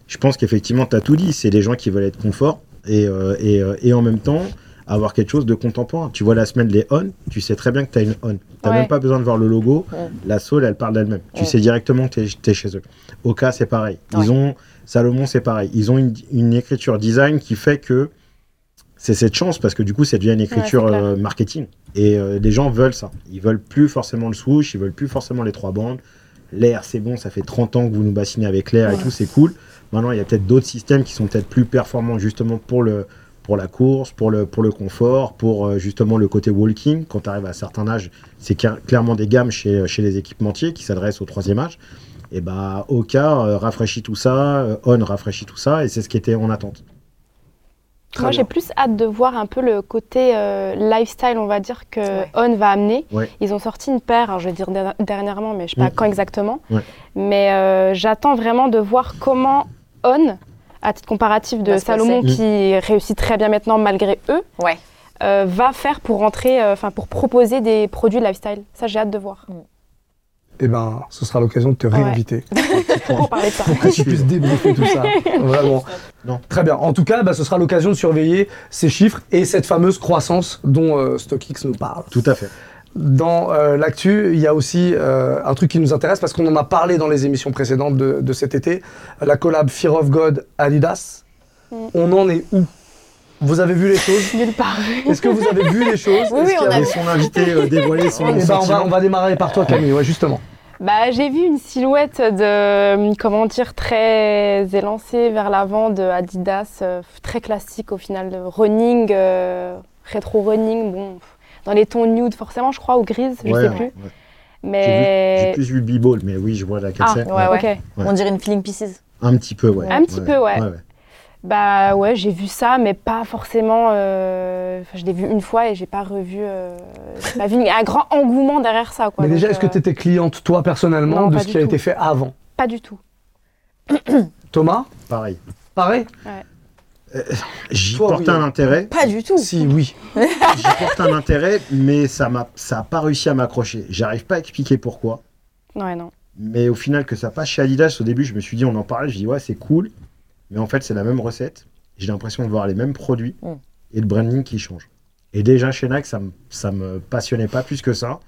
[SPEAKER 2] Je pense qu'effectivement, tu as tout dit, c'est les gens qui veulent être confort et, euh, et, euh, et en même temps avoir quelque chose de contemporain. Tu vois la semaine des On, tu sais très bien que tu as une On. Tu
[SPEAKER 4] Ouais.
[SPEAKER 2] même pas besoin de voir le logo,
[SPEAKER 3] Ouais.
[SPEAKER 2] la sole, elle parle d'elle-même. Tu
[SPEAKER 3] Ouais.
[SPEAKER 2] sais directement que tu es, chez eux. Oka, c'est pareil. Ils
[SPEAKER 3] Ouais.
[SPEAKER 2] ont Salomon, c'est pareil. Ils ont une, une écriture design qui fait que c'est cette chance parce que du coup, ça devient une écriture
[SPEAKER 4] c'est clair.
[SPEAKER 2] euh, marketing. Et euh, les gens veulent ça. Ils veulent plus forcément le swoosh, ils veulent plus forcément les trois bandes. L'air, c'est bon, ça fait 30 ans que vous nous bassinez avec l'air et tout, c'est cool. Maintenant, il y a peut-être d'autres systèmes qui sont peut-être plus performants justement pour le pour la course, pour le, pour le confort, pour euh, justement le côté walking. Quand tu arrives à un certain âge, c'est cla- clairement des gammes chez, chez les équipementiers qui s'adressent au troisième âge. Et bah, Oka euh, rafraîchit tout ça, euh, On rafraîchit tout ça, et c'est ce qui était en attente.
[SPEAKER 1] Très
[SPEAKER 4] Moi,
[SPEAKER 1] bien.
[SPEAKER 4] j'ai plus hâte de voir un peu le côté euh, lifestyle, on va dire, que
[SPEAKER 3] Ouais.
[SPEAKER 4] On va amener.
[SPEAKER 2] Ouais.
[SPEAKER 4] Ils ont sorti une paire, alors je vais dire der- dernièrement, mais je sais pas
[SPEAKER 2] Mm.
[SPEAKER 4] quand exactement.
[SPEAKER 2] Ouais.
[SPEAKER 4] Mais euh, j'attends vraiment de voir comment On, à titre comparatif de
[SPEAKER 3] Va se
[SPEAKER 4] Salomon,
[SPEAKER 2] passer.
[SPEAKER 1] Mm.
[SPEAKER 4] qui réussit très bien maintenant malgré eux,
[SPEAKER 3] Ouais.
[SPEAKER 4] euh, va faire pour rentrer, euh, enfin pour proposer des produits lifestyle. Ça, j'ai hâte de voir.
[SPEAKER 1] Eh ben, ce sera l'occasion de te
[SPEAKER 4] Ouais.
[SPEAKER 1] réinviter.
[SPEAKER 4] Pour parler de ça.
[SPEAKER 1] pour que tu puisses débriefer tout
[SPEAKER 3] *laughs*
[SPEAKER 1] ça. Vraiment.
[SPEAKER 2] Non.
[SPEAKER 1] Très bien. En tout cas, bah, ce sera l'occasion de surveiller ces chiffres et cette fameuse croissance dont euh, StockX nous parle.
[SPEAKER 2] Tout à fait.
[SPEAKER 1] Dans euh, l'actu, il y a aussi euh, un truc qui nous intéresse parce qu'on en a parlé dans les émissions précédentes de, de cet été, la collab Fear of God Adidas.
[SPEAKER 4] Mm.
[SPEAKER 1] On en est où Vous avez vu les choses
[SPEAKER 4] *laughs* Nulle part.
[SPEAKER 1] Est-ce que vous avez vu les
[SPEAKER 4] *laughs*
[SPEAKER 1] choses
[SPEAKER 3] Oui,
[SPEAKER 1] Est-ce
[SPEAKER 3] oui,
[SPEAKER 1] qu'il y
[SPEAKER 3] on a
[SPEAKER 1] avait-
[SPEAKER 2] Et son invité euh, dévoilé son
[SPEAKER 1] Eh ben, on, va,
[SPEAKER 2] sentiment.
[SPEAKER 1] on va démarrer par toi, Camille, ouais, justement.
[SPEAKER 4] Bah, j'ai vu une silhouette de, euh, comment dire, très élancée vers l'avant de Adidas, euh, très classique au final, de running, euh, rétro running, bon, pff, dans les tons nude forcément, je crois, ou grise, je
[SPEAKER 2] Ouais,
[SPEAKER 4] sais plus.
[SPEAKER 2] ouais. J'ai
[SPEAKER 4] Mais
[SPEAKER 2] plus vu B-Ball, mais oui, je vois laquelle
[SPEAKER 4] Ah,
[SPEAKER 2] c'est.
[SPEAKER 3] ouais, ouais.
[SPEAKER 4] ok.
[SPEAKER 3] On dirait une feeling pieces.
[SPEAKER 2] Un petit peu, ouais.
[SPEAKER 4] Un petit peu, ouais.
[SPEAKER 2] ouais, ouais.
[SPEAKER 4] Bah ouais, j'ai vu ça, mais pas forcément. euh, Enfin, je l'ai vu une fois et j'ai pas revu. euh, j'ai pas vu un grand engouement derrière ça, quoi.
[SPEAKER 1] Mais déjà,
[SPEAKER 4] Donc,
[SPEAKER 1] est-ce que
[SPEAKER 4] euh,
[SPEAKER 1] tu étais cliente, toi, personnellement,
[SPEAKER 4] Non,
[SPEAKER 1] de
[SPEAKER 4] pas
[SPEAKER 1] ce
[SPEAKER 4] du
[SPEAKER 1] qui a
[SPEAKER 4] tout.
[SPEAKER 1] été fait avant
[SPEAKER 4] Pas du tout.
[SPEAKER 1] Thomas,
[SPEAKER 2] Pareil.
[SPEAKER 1] pareil
[SPEAKER 2] J'y
[SPEAKER 1] Toi,
[SPEAKER 2] porte
[SPEAKER 1] oui.
[SPEAKER 2] un intérêt.
[SPEAKER 3] Pas du tout.
[SPEAKER 1] Si, oui.
[SPEAKER 2] J'y porte un intérêt, mais ça m'a, ça a pas réussi à m'accrocher. J'arrive pas à expliquer pourquoi.
[SPEAKER 4] Ouais, non.
[SPEAKER 2] Mais au final, que ça passe chez Adidas, au début, je me suis dit, on en parlait, je dis, ouais, c'est cool. Mais en fait, c'est la même recette. J'ai l'impression de voir les mêmes produits
[SPEAKER 3] Mm.
[SPEAKER 2] et le branding qui change. Et déjà, chez Nike, ça me, ça me passionnait pas plus que ça.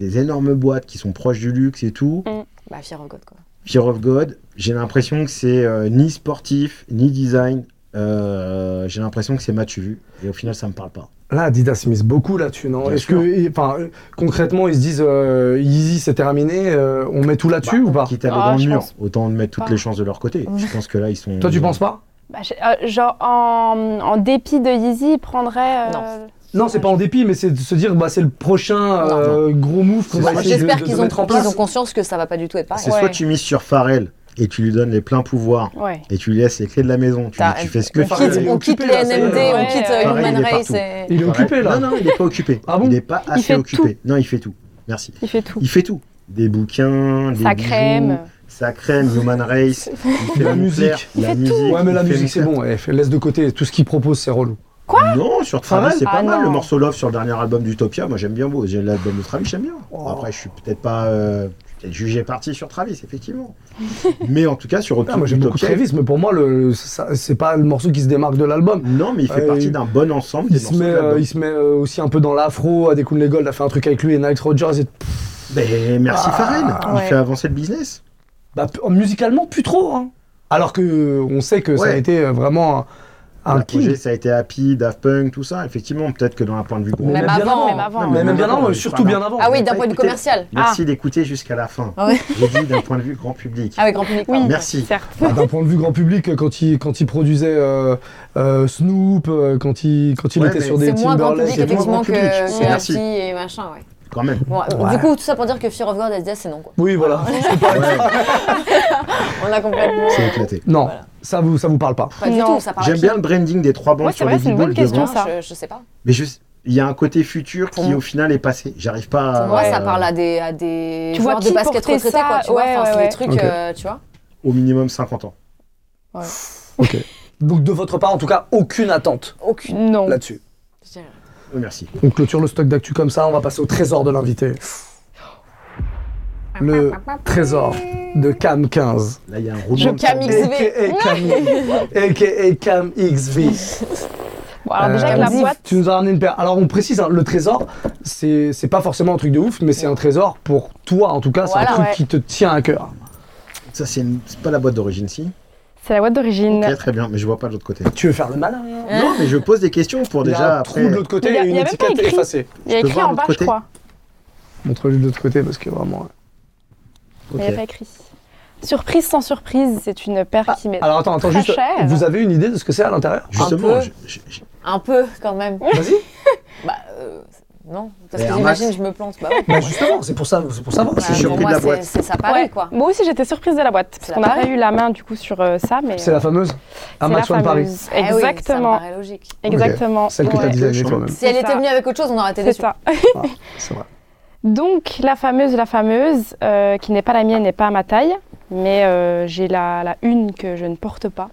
[SPEAKER 2] Des énormes boîtes qui sont proches du luxe et tout.
[SPEAKER 3] Bah, Fear of God, quoi.
[SPEAKER 2] Fear of God, j'ai l'impression que c'est euh, ni sportif, ni design. Euh, j'ai l'impression que c'est match vu. Et au final, ça me parle pas.
[SPEAKER 1] Là, Adidas mise beaucoup là-dessus, non
[SPEAKER 2] Bien
[SPEAKER 1] Est-ce
[SPEAKER 2] sûr.
[SPEAKER 1] que, enfin, euh, concrètement, ils se disent, euh, Yeezy, c'est terminé, euh, on met tout là-dessus ou pas
[SPEAKER 2] Quitte à aller
[SPEAKER 4] Ah,
[SPEAKER 2] dans le
[SPEAKER 4] je
[SPEAKER 2] mur,
[SPEAKER 4] pense
[SPEAKER 2] autant de mettre toutes
[SPEAKER 4] pas.
[SPEAKER 2] les chances de leur côté. Je pense que là, ils sont. euh,
[SPEAKER 1] Toi, tu penses pas
[SPEAKER 4] Bah, j'ai- euh, genre en, en dépit de Yeezy, il prendrait. euh,
[SPEAKER 3] Non.
[SPEAKER 1] Non, c'est pas en dépit, mais c'est de se dire, bah, c'est le prochain euh, gros move qu'on
[SPEAKER 2] Ah, C'est
[SPEAKER 1] va
[SPEAKER 2] ça.
[SPEAKER 1] essayer de,
[SPEAKER 3] Bah, J'espère
[SPEAKER 1] de-
[SPEAKER 3] qu'ils
[SPEAKER 1] de
[SPEAKER 3] ont,
[SPEAKER 1] mettre en
[SPEAKER 3] qu'ils ont
[SPEAKER 1] place.
[SPEAKER 3] conscience que ça va pas du tout être pareil.
[SPEAKER 2] C'est soit
[SPEAKER 4] Ouais.
[SPEAKER 2] tu mises sur Farrell et tu lui donnes les pleins pouvoirs
[SPEAKER 4] Ouais.
[SPEAKER 2] et tu lui laisses les clés de la maison. Tu,
[SPEAKER 3] T'as-
[SPEAKER 2] dis, tu fais ce que
[SPEAKER 1] on
[SPEAKER 2] tu
[SPEAKER 1] quitte-
[SPEAKER 2] veux.
[SPEAKER 1] il est
[SPEAKER 3] on
[SPEAKER 1] occupé,
[SPEAKER 3] quitte
[SPEAKER 1] là,
[SPEAKER 3] les
[SPEAKER 1] ça y est.
[SPEAKER 3] NMD, on
[SPEAKER 4] Ouais,
[SPEAKER 3] quitte
[SPEAKER 4] euh,
[SPEAKER 3] euh,
[SPEAKER 2] pareil, il
[SPEAKER 3] Human
[SPEAKER 2] est partout.
[SPEAKER 3] Race. et-
[SPEAKER 1] Il est occupé là.
[SPEAKER 2] Non, non, il n'est pas occupé.
[SPEAKER 1] Ah bon
[SPEAKER 2] il n'est pas assez
[SPEAKER 4] fait
[SPEAKER 2] occupé. Non, il fait tout. Merci.
[SPEAKER 4] Il fait tout.
[SPEAKER 2] Il fait tout. Des bouquins, des
[SPEAKER 4] Sa
[SPEAKER 2] bijoux,
[SPEAKER 4] crème.
[SPEAKER 2] sa crème, Human Race,
[SPEAKER 4] *laughs*
[SPEAKER 2] il fait
[SPEAKER 1] La
[SPEAKER 2] mon
[SPEAKER 1] musique.
[SPEAKER 2] père,
[SPEAKER 4] Il
[SPEAKER 2] la
[SPEAKER 4] fait tout.
[SPEAKER 2] musique,
[SPEAKER 1] Ouais, mais la
[SPEAKER 2] il fait
[SPEAKER 1] musique,
[SPEAKER 2] mon
[SPEAKER 1] c'est hein. bon, eh, fais- laisse de côté, tout ce qu'ils proposent, c'est relou.
[SPEAKER 2] non, sur Travis,
[SPEAKER 1] Travis
[SPEAKER 2] c'est pas
[SPEAKER 4] Ah
[SPEAKER 2] mal.
[SPEAKER 4] non.
[SPEAKER 2] Le morceau Love sur le dernier album d'Utopia, moi j'aime bien beau. J'ai l'album de Travis, j'aime bien.
[SPEAKER 1] Oh.
[SPEAKER 2] Après, je suis peut-être pas euh, je suis peut-être jugé parti sur Travis,
[SPEAKER 4] *laughs*
[SPEAKER 2] effectivement. mais en tout cas, sur
[SPEAKER 1] Ah, moi, j'aime beaucoup
[SPEAKER 2] Utopia,
[SPEAKER 1] Travis, mais pour moi, le, ça- c'est pas le morceau qui se démarque de l'album.
[SPEAKER 2] non, mais il fait
[SPEAKER 1] Euh,
[SPEAKER 2] partie
[SPEAKER 1] il-
[SPEAKER 2] d'un bon ensemble.
[SPEAKER 1] Il
[SPEAKER 2] des
[SPEAKER 1] se,
[SPEAKER 2] morceaux
[SPEAKER 1] met,
[SPEAKER 2] de
[SPEAKER 1] euh,
[SPEAKER 2] l'album.
[SPEAKER 1] il se met euh, aussi un peu dans l'afro, Adekun Legold a fait un truc avec lui et Night Rogers. Et...
[SPEAKER 2] Mais Ben, merci
[SPEAKER 1] Ah,
[SPEAKER 2] Pharrell, il
[SPEAKER 4] ouais.
[SPEAKER 2] fait avancer le business.
[SPEAKER 1] Bah, p- musicalement, plus trop. Hein. Alors que euh, on sait que ça a
[SPEAKER 2] Ouais.
[SPEAKER 1] été euh, vraiment un, un
[SPEAKER 2] Bah, Le
[SPEAKER 1] king.
[SPEAKER 2] projet, ça a été Happy, Daft Punk, tout ça. Effectivement, peut-être que d'un point de vue gros.
[SPEAKER 1] Mais
[SPEAKER 3] Même
[SPEAKER 1] bien avant.
[SPEAKER 3] avant,
[SPEAKER 4] Même avant.
[SPEAKER 2] Non,
[SPEAKER 1] Mais même bien
[SPEAKER 2] avant,
[SPEAKER 1] avant,
[SPEAKER 2] je
[SPEAKER 1] surtout
[SPEAKER 2] parle
[SPEAKER 1] bien avant.
[SPEAKER 3] Ah
[SPEAKER 2] on
[SPEAKER 3] oui,
[SPEAKER 2] a
[SPEAKER 3] d'un
[SPEAKER 2] pas
[SPEAKER 3] point de vue
[SPEAKER 2] écouté.
[SPEAKER 3] commercial.
[SPEAKER 4] Ah.
[SPEAKER 2] Merci d'écouter jusqu'à la fin.
[SPEAKER 3] Ah ouais.
[SPEAKER 2] J'ai dit d'un point de vue grand public.
[SPEAKER 3] Avec Ah grand
[SPEAKER 1] Ah,
[SPEAKER 3] public. pardon.
[SPEAKER 2] Merci.
[SPEAKER 4] Certes.
[SPEAKER 1] Bah, D'un point de vue grand public, euh, quand il, quand il produisait euh, euh, Snoop, euh, quand il, quand il
[SPEAKER 2] Ouais,
[SPEAKER 1] était
[SPEAKER 2] mais
[SPEAKER 1] sur des
[SPEAKER 3] C'est moins grand
[SPEAKER 1] Timberlake,
[SPEAKER 3] public,
[SPEAKER 2] c'est moins grand
[SPEAKER 3] effectivement, que
[SPEAKER 2] public.
[SPEAKER 3] que euh,
[SPEAKER 2] Merci.
[SPEAKER 3] Happy et machin, ouais.
[SPEAKER 2] Quand
[SPEAKER 4] *laughs*
[SPEAKER 2] même.
[SPEAKER 3] Bon, euh,
[SPEAKER 1] Ouais.
[SPEAKER 3] Du coup, tout ça pour dire que Fear of God, Adidas, c'est non, quoi.
[SPEAKER 1] Oui, voilà.
[SPEAKER 2] Ouais,
[SPEAKER 3] On a complètement...
[SPEAKER 2] c'est éclaté.
[SPEAKER 1] Non,
[SPEAKER 3] Voilà.
[SPEAKER 1] ça vous ça vous parle pas.
[SPEAKER 3] Pas du
[SPEAKER 4] Non.
[SPEAKER 3] tout, ça parle à
[SPEAKER 2] J'aime
[SPEAKER 3] qui
[SPEAKER 2] bien le branding des trois bandes
[SPEAKER 4] Ah, Ouais, c'est
[SPEAKER 2] sur
[SPEAKER 4] vrai,
[SPEAKER 2] les
[SPEAKER 4] c'est une bonne
[SPEAKER 2] boules
[SPEAKER 4] question,
[SPEAKER 2] devant.
[SPEAKER 4] ça.
[SPEAKER 3] Je, je sais pas.
[SPEAKER 2] Mais je- il y a un côté futur
[SPEAKER 3] Pour
[SPEAKER 2] qui
[SPEAKER 3] moi-
[SPEAKER 2] au final est passé. J'arrive pas
[SPEAKER 3] Pour
[SPEAKER 2] à-
[SPEAKER 3] moi, ça parle à des, à des
[SPEAKER 4] Tu vois
[SPEAKER 3] joueurs
[SPEAKER 4] qui
[SPEAKER 3] de basket
[SPEAKER 4] portait
[SPEAKER 3] retraités,
[SPEAKER 4] ça
[SPEAKER 3] quoi. Tu
[SPEAKER 4] Ouais,
[SPEAKER 3] vois, enfin,
[SPEAKER 4] ouais,
[SPEAKER 3] c'est des
[SPEAKER 1] ouais.
[SPEAKER 3] trucs, euh, tu vois.
[SPEAKER 2] au minimum 50 ans.
[SPEAKER 1] Ok. Donc de votre part, en tout cas, aucune attente
[SPEAKER 3] Aucune.
[SPEAKER 4] Non.
[SPEAKER 1] là-dessus.
[SPEAKER 3] je dirais.
[SPEAKER 2] Oh, merci.
[SPEAKER 1] On clôture le stock d'actu comme ça, on va passer au trésor de l'invité. Le trésor de Cam 15.
[SPEAKER 2] Là, il y a un roulement.
[SPEAKER 4] Je
[SPEAKER 2] de
[SPEAKER 4] Cam
[SPEAKER 2] tambour.
[SPEAKER 3] XV.
[SPEAKER 1] AKA Cam, AKA Cam XV.
[SPEAKER 4] Bon, alors déjà
[SPEAKER 1] Euh,
[SPEAKER 4] que la
[SPEAKER 1] Ziv,
[SPEAKER 4] boîte.
[SPEAKER 1] Tu nous as ramené une paire. Alors on précise, hein, le trésor, c'est c'est pas forcément un truc de ouf, mais c'est un trésor pour toi en tout cas, c'est un
[SPEAKER 3] Voilà,
[SPEAKER 1] truc
[SPEAKER 4] ouais.
[SPEAKER 1] qui te tient à cœur.
[SPEAKER 2] Ça, c'est une- c'est pas la boîte d'origine, si.
[SPEAKER 4] C'est la boîte d'origine.
[SPEAKER 2] Très très bien, mais je vois pas de l'autre côté.
[SPEAKER 1] Tu veux faire le malin hein
[SPEAKER 2] Non, mais je pose des questions pour
[SPEAKER 1] Il y a
[SPEAKER 2] déjà
[SPEAKER 1] un
[SPEAKER 2] après.
[SPEAKER 1] trou de l'autre côté
[SPEAKER 4] Il y a-
[SPEAKER 1] et
[SPEAKER 4] il
[SPEAKER 1] une
[SPEAKER 4] y a même pas
[SPEAKER 1] étiquette
[SPEAKER 4] écrit.
[SPEAKER 1] effacée.
[SPEAKER 4] Il y a
[SPEAKER 2] Je peux
[SPEAKER 4] écrit
[SPEAKER 2] voir
[SPEAKER 4] en
[SPEAKER 2] de
[SPEAKER 4] bas,
[SPEAKER 2] l'autre
[SPEAKER 4] je
[SPEAKER 2] côté
[SPEAKER 4] crois.
[SPEAKER 1] Montre-le de l'autre côté parce que vraiment.
[SPEAKER 4] Il n'y a
[SPEAKER 2] Ok.
[SPEAKER 4] pas écrit. Surprise sans surprise, c'est une paire
[SPEAKER 1] Ah,
[SPEAKER 4] qui met.
[SPEAKER 1] Alors attends, attends
[SPEAKER 4] Très
[SPEAKER 1] juste.
[SPEAKER 4] cher.
[SPEAKER 1] Vous avez une idée de ce que c'est à l'intérieur
[SPEAKER 2] Justement,
[SPEAKER 3] peu.
[SPEAKER 2] je- je- je-
[SPEAKER 3] Un peu, quand même.
[SPEAKER 4] *laughs*
[SPEAKER 1] Vas-y.
[SPEAKER 3] Bah, euh, non. Parce
[SPEAKER 2] Mais
[SPEAKER 3] que
[SPEAKER 2] un
[SPEAKER 3] j'imagine,
[SPEAKER 2] max.
[SPEAKER 3] je me plante.
[SPEAKER 4] *laughs*
[SPEAKER 3] Bah, ouais.
[SPEAKER 1] Bah justement, c'est pour ça, c'est pour savoir.
[SPEAKER 3] Bah,
[SPEAKER 2] suis
[SPEAKER 3] pour
[SPEAKER 2] surpris de
[SPEAKER 3] moi,
[SPEAKER 2] la
[SPEAKER 3] c'est-
[SPEAKER 2] boîte.
[SPEAKER 3] C'est ça pareil, quoi. Ah
[SPEAKER 4] Moi aussi, j'étais surprise de la boîte parce
[SPEAKER 3] C'est
[SPEAKER 4] qu'on
[SPEAKER 3] la
[SPEAKER 4] n'a pas
[SPEAKER 3] pareille.
[SPEAKER 4] eu la main du coup sur euh, ça, mais.
[SPEAKER 1] C'est la fameuse
[SPEAKER 4] euh,
[SPEAKER 1] à
[SPEAKER 4] c'est la
[SPEAKER 1] Max One Paris.
[SPEAKER 4] fameuse.
[SPEAKER 3] Eh oui, ça me
[SPEAKER 4] Exactement.
[SPEAKER 3] paraît logique.
[SPEAKER 4] Exactement.
[SPEAKER 1] Celle que
[SPEAKER 4] Ouais.
[SPEAKER 1] t'as designée
[SPEAKER 2] C'est
[SPEAKER 1] toi-même.
[SPEAKER 3] Si elle
[SPEAKER 4] C'est
[SPEAKER 3] était
[SPEAKER 4] ça.
[SPEAKER 3] venue avec autre chose, on aurait été
[SPEAKER 4] C'est
[SPEAKER 3] déçus.
[SPEAKER 4] ça.
[SPEAKER 1] C'est vrai.
[SPEAKER 4] Donc la fameuse, la fameuse, euh, qui n'est pas la mienne, n'est pas à ma taille, mais euh, j'ai la, la une que je ne porte pas.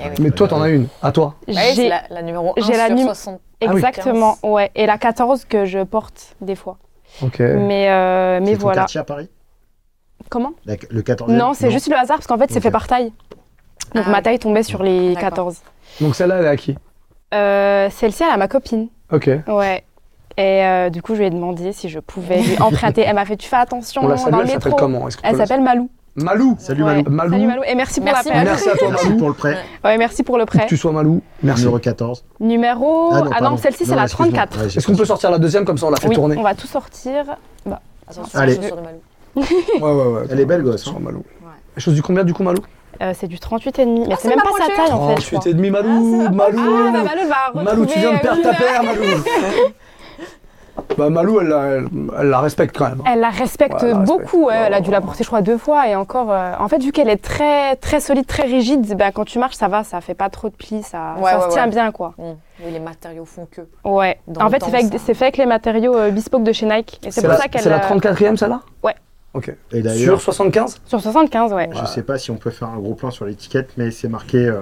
[SPEAKER 3] Eh oui.
[SPEAKER 1] Mais toi, t'en as une, à toi.
[SPEAKER 3] Bah oui, c'est
[SPEAKER 4] J'ai-
[SPEAKER 3] la, la numéro 1
[SPEAKER 4] j'ai
[SPEAKER 3] sur
[SPEAKER 4] la num-
[SPEAKER 3] 60.
[SPEAKER 1] Ah oui.
[SPEAKER 4] Exactement, ouais. Et la 14 que je porte des fois.
[SPEAKER 1] Ok.
[SPEAKER 4] Mais, euh,
[SPEAKER 2] C'est
[SPEAKER 4] mais
[SPEAKER 2] ton
[SPEAKER 4] voilà.
[SPEAKER 2] quartier à Paris
[SPEAKER 4] Comment
[SPEAKER 2] La- Le 14e
[SPEAKER 4] Non, c'est juste le hasard parce qu'en fait, c'est
[SPEAKER 2] Ok.
[SPEAKER 4] fait par taille. Donc
[SPEAKER 3] Ah,
[SPEAKER 4] ma taille tombait sur les
[SPEAKER 3] D'accord.
[SPEAKER 4] 14.
[SPEAKER 1] Donc celle-là, elle est à qui
[SPEAKER 4] Euh, Celle-ci, elle a ma copine.
[SPEAKER 1] Ok.
[SPEAKER 4] Ouais. Et euh, du coup, je lui ai demandé si je pouvais lui emprunter. Elle m'a fait Tu fais attention
[SPEAKER 1] On Oh, la salue,
[SPEAKER 4] dans le
[SPEAKER 1] elle s'appelle
[SPEAKER 4] métro.
[SPEAKER 1] comment Est-ce qu'on
[SPEAKER 4] Elle
[SPEAKER 1] peut la-
[SPEAKER 4] s'appelle Malou.
[SPEAKER 1] Malou.
[SPEAKER 2] Salut
[SPEAKER 4] Ouais.
[SPEAKER 2] Malou.
[SPEAKER 1] Malou.
[SPEAKER 4] Salut Malou. Et merci pour
[SPEAKER 3] Merci,
[SPEAKER 4] l'appel.
[SPEAKER 1] Merci à toi,
[SPEAKER 2] Merci
[SPEAKER 1] Malou.
[SPEAKER 2] pour le prêt.
[SPEAKER 4] Ouais, merci pour le *laughs* prêt.
[SPEAKER 1] Que tu sois Malou. Merci.
[SPEAKER 2] Numéro 14.
[SPEAKER 4] Numéro. Ah non,
[SPEAKER 2] pardon.
[SPEAKER 4] celle-ci, c'est la
[SPEAKER 2] excuse-moi.
[SPEAKER 4] 34.
[SPEAKER 2] Ouais, j'ai
[SPEAKER 1] Est-ce qu'on peut sortir la deuxième comme ça on la fait
[SPEAKER 4] oui,
[SPEAKER 1] tourner
[SPEAKER 4] on va tout sortir.
[SPEAKER 3] Attention,
[SPEAKER 2] Allez.
[SPEAKER 3] je suis sur le Malou.
[SPEAKER 1] Ouais, ouais, ouais.
[SPEAKER 2] Elle est belle, gosse, hein.
[SPEAKER 1] Sur Malou.
[SPEAKER 3] Ouais.
[SPEAKER 1] Elle chose du combien du coup Malou
[SPEAKER 4] Euh, c'est du 38,5. Mais
[SPEAKER 3] Ah, c'est
[SPEAKER 4] c'est même
[SPEAKER 3] ma
[SPEAKER 4] pas sa
[SPEAKER 3] pointure.
[SPEAKER 4] taille en fait. Ah, je
[SPEAKER 1] 38
[SPEAKER 4] crois.
[SPEAKER 1] et Oh, demi Malou,
[SPEAKER 4] Ah, bah,
[SPEAKER 1] Malou.
[SPEAKER 4] Malou elle va
[SPEAKER 1] Malou, tu
[SPEAKER 4] retrouver,
[SPEAKER 1] viens de perdre ta
[SPEAKER 4] euh,
[SPEAKER 1] paire, Malou.
[SPEAKER 4] *laughs*
[SPEAKER 1] bah Malou, elle, la- elle, elle la respecte quand même.
[SPEAKER 4] Elle la respecte
[SPEAKER 1] Ouais, elle la
[SPEAKER 4] beaucoup.
[SPEAKER 1] respecte.
[SPEAKER 4] euh, Elle a dû la porter, je crois, deux fois. Et encore, euh, en fait, vu qu'elle est très, très solide, très rigide, ben, quand tu marches, ça va, ça fait pas trop de plis, ça,
[SPEAKER 3] Ouais,
[SPEAKER 4] ça
[SPEAKER 3] ouais,
[SPEAKER 4] se tient
[SPEAKER 3] ouais.
[SPEAKER 4] bien, quoi.
[SPEAKER 3] Hum. Oui, les matériaux font que.
[SPEAKER 4] Ouais.
[SPEAKER 3] Dans
[SPEAKER 4] en
[SPEAKER 3] le
[SPEAKER 4] fait,
[SPEAKER 3] temps,
[SPEAKER 4] c'est fait, avec-
[SPEAKER 3] ça-
[SPEAKER 4] c'est fait avec les matériaux euh, bespoke de chez Nike. Et c'est pour
[SPEAKER 1] la,
[SPEAKER 4] ça qu'elle.
[SPEAKER 1] c'est la
[SPEAKER 4] euh,
[SPEAKER 1] 34e celle-là
[SPEAKER 4] Ouais.
[SPEAKER 1] Ok.
[SPEAKER 2] Et
[SPEAKER 1] Sur
[SPEAKER 2] d'ailleurs,
[SPEAKER 1] 75
[SPEAKER 4] euh, Sur 75, ouais.
[SPEAKER 2] je sais pas si on peut faire un gros plan sur l'étiquette, mais c'est marqué, euh,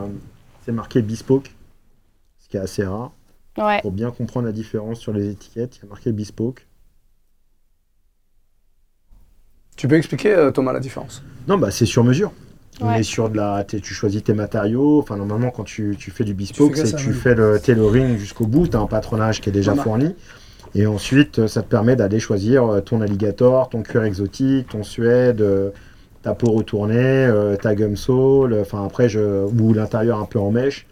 [SPEAKER 2] c'est marqué bespoke, ce qui est assez rare.
[SPEAKER 4] Ouais.
[SPEAKER 2] Pour bien comprendre la différence sur les étiquettes, il y a marqué bespoke.
[SPEAKER 1] Tu peux expliquer euh, Thomas la différence
[SPEAKER 2] Non, bah c'est sur mesure. On
[SPEAKER 4] Ouais.
[SPEAKER 2] est sur de la. t'es- Tu choisis tes matériaux. Enfin, normalement, quand tu, tu fais du bespoke,
[SPEAKER 1] Tu fais que
[SPEAKER 2] c'est
[SPEAKER 1] ça,
[SPEAKER 2] tu
[SPEAKER 1] oui.
[SPEAKER 2] fais le tailoring jusqu'au bout. Tu as un patronage qui est déjà
[SPEAKER 1] Voilà.
[SPEAKER 2] fourni. Et ensuite, euh, ça te permet d'aller choisir euh, ton alligator, ton cuir exotique, ton suède, euh, ta peau retournée, euh, ta gum sole. Enfin, après, je, ou l'intérieur un peu en mèche.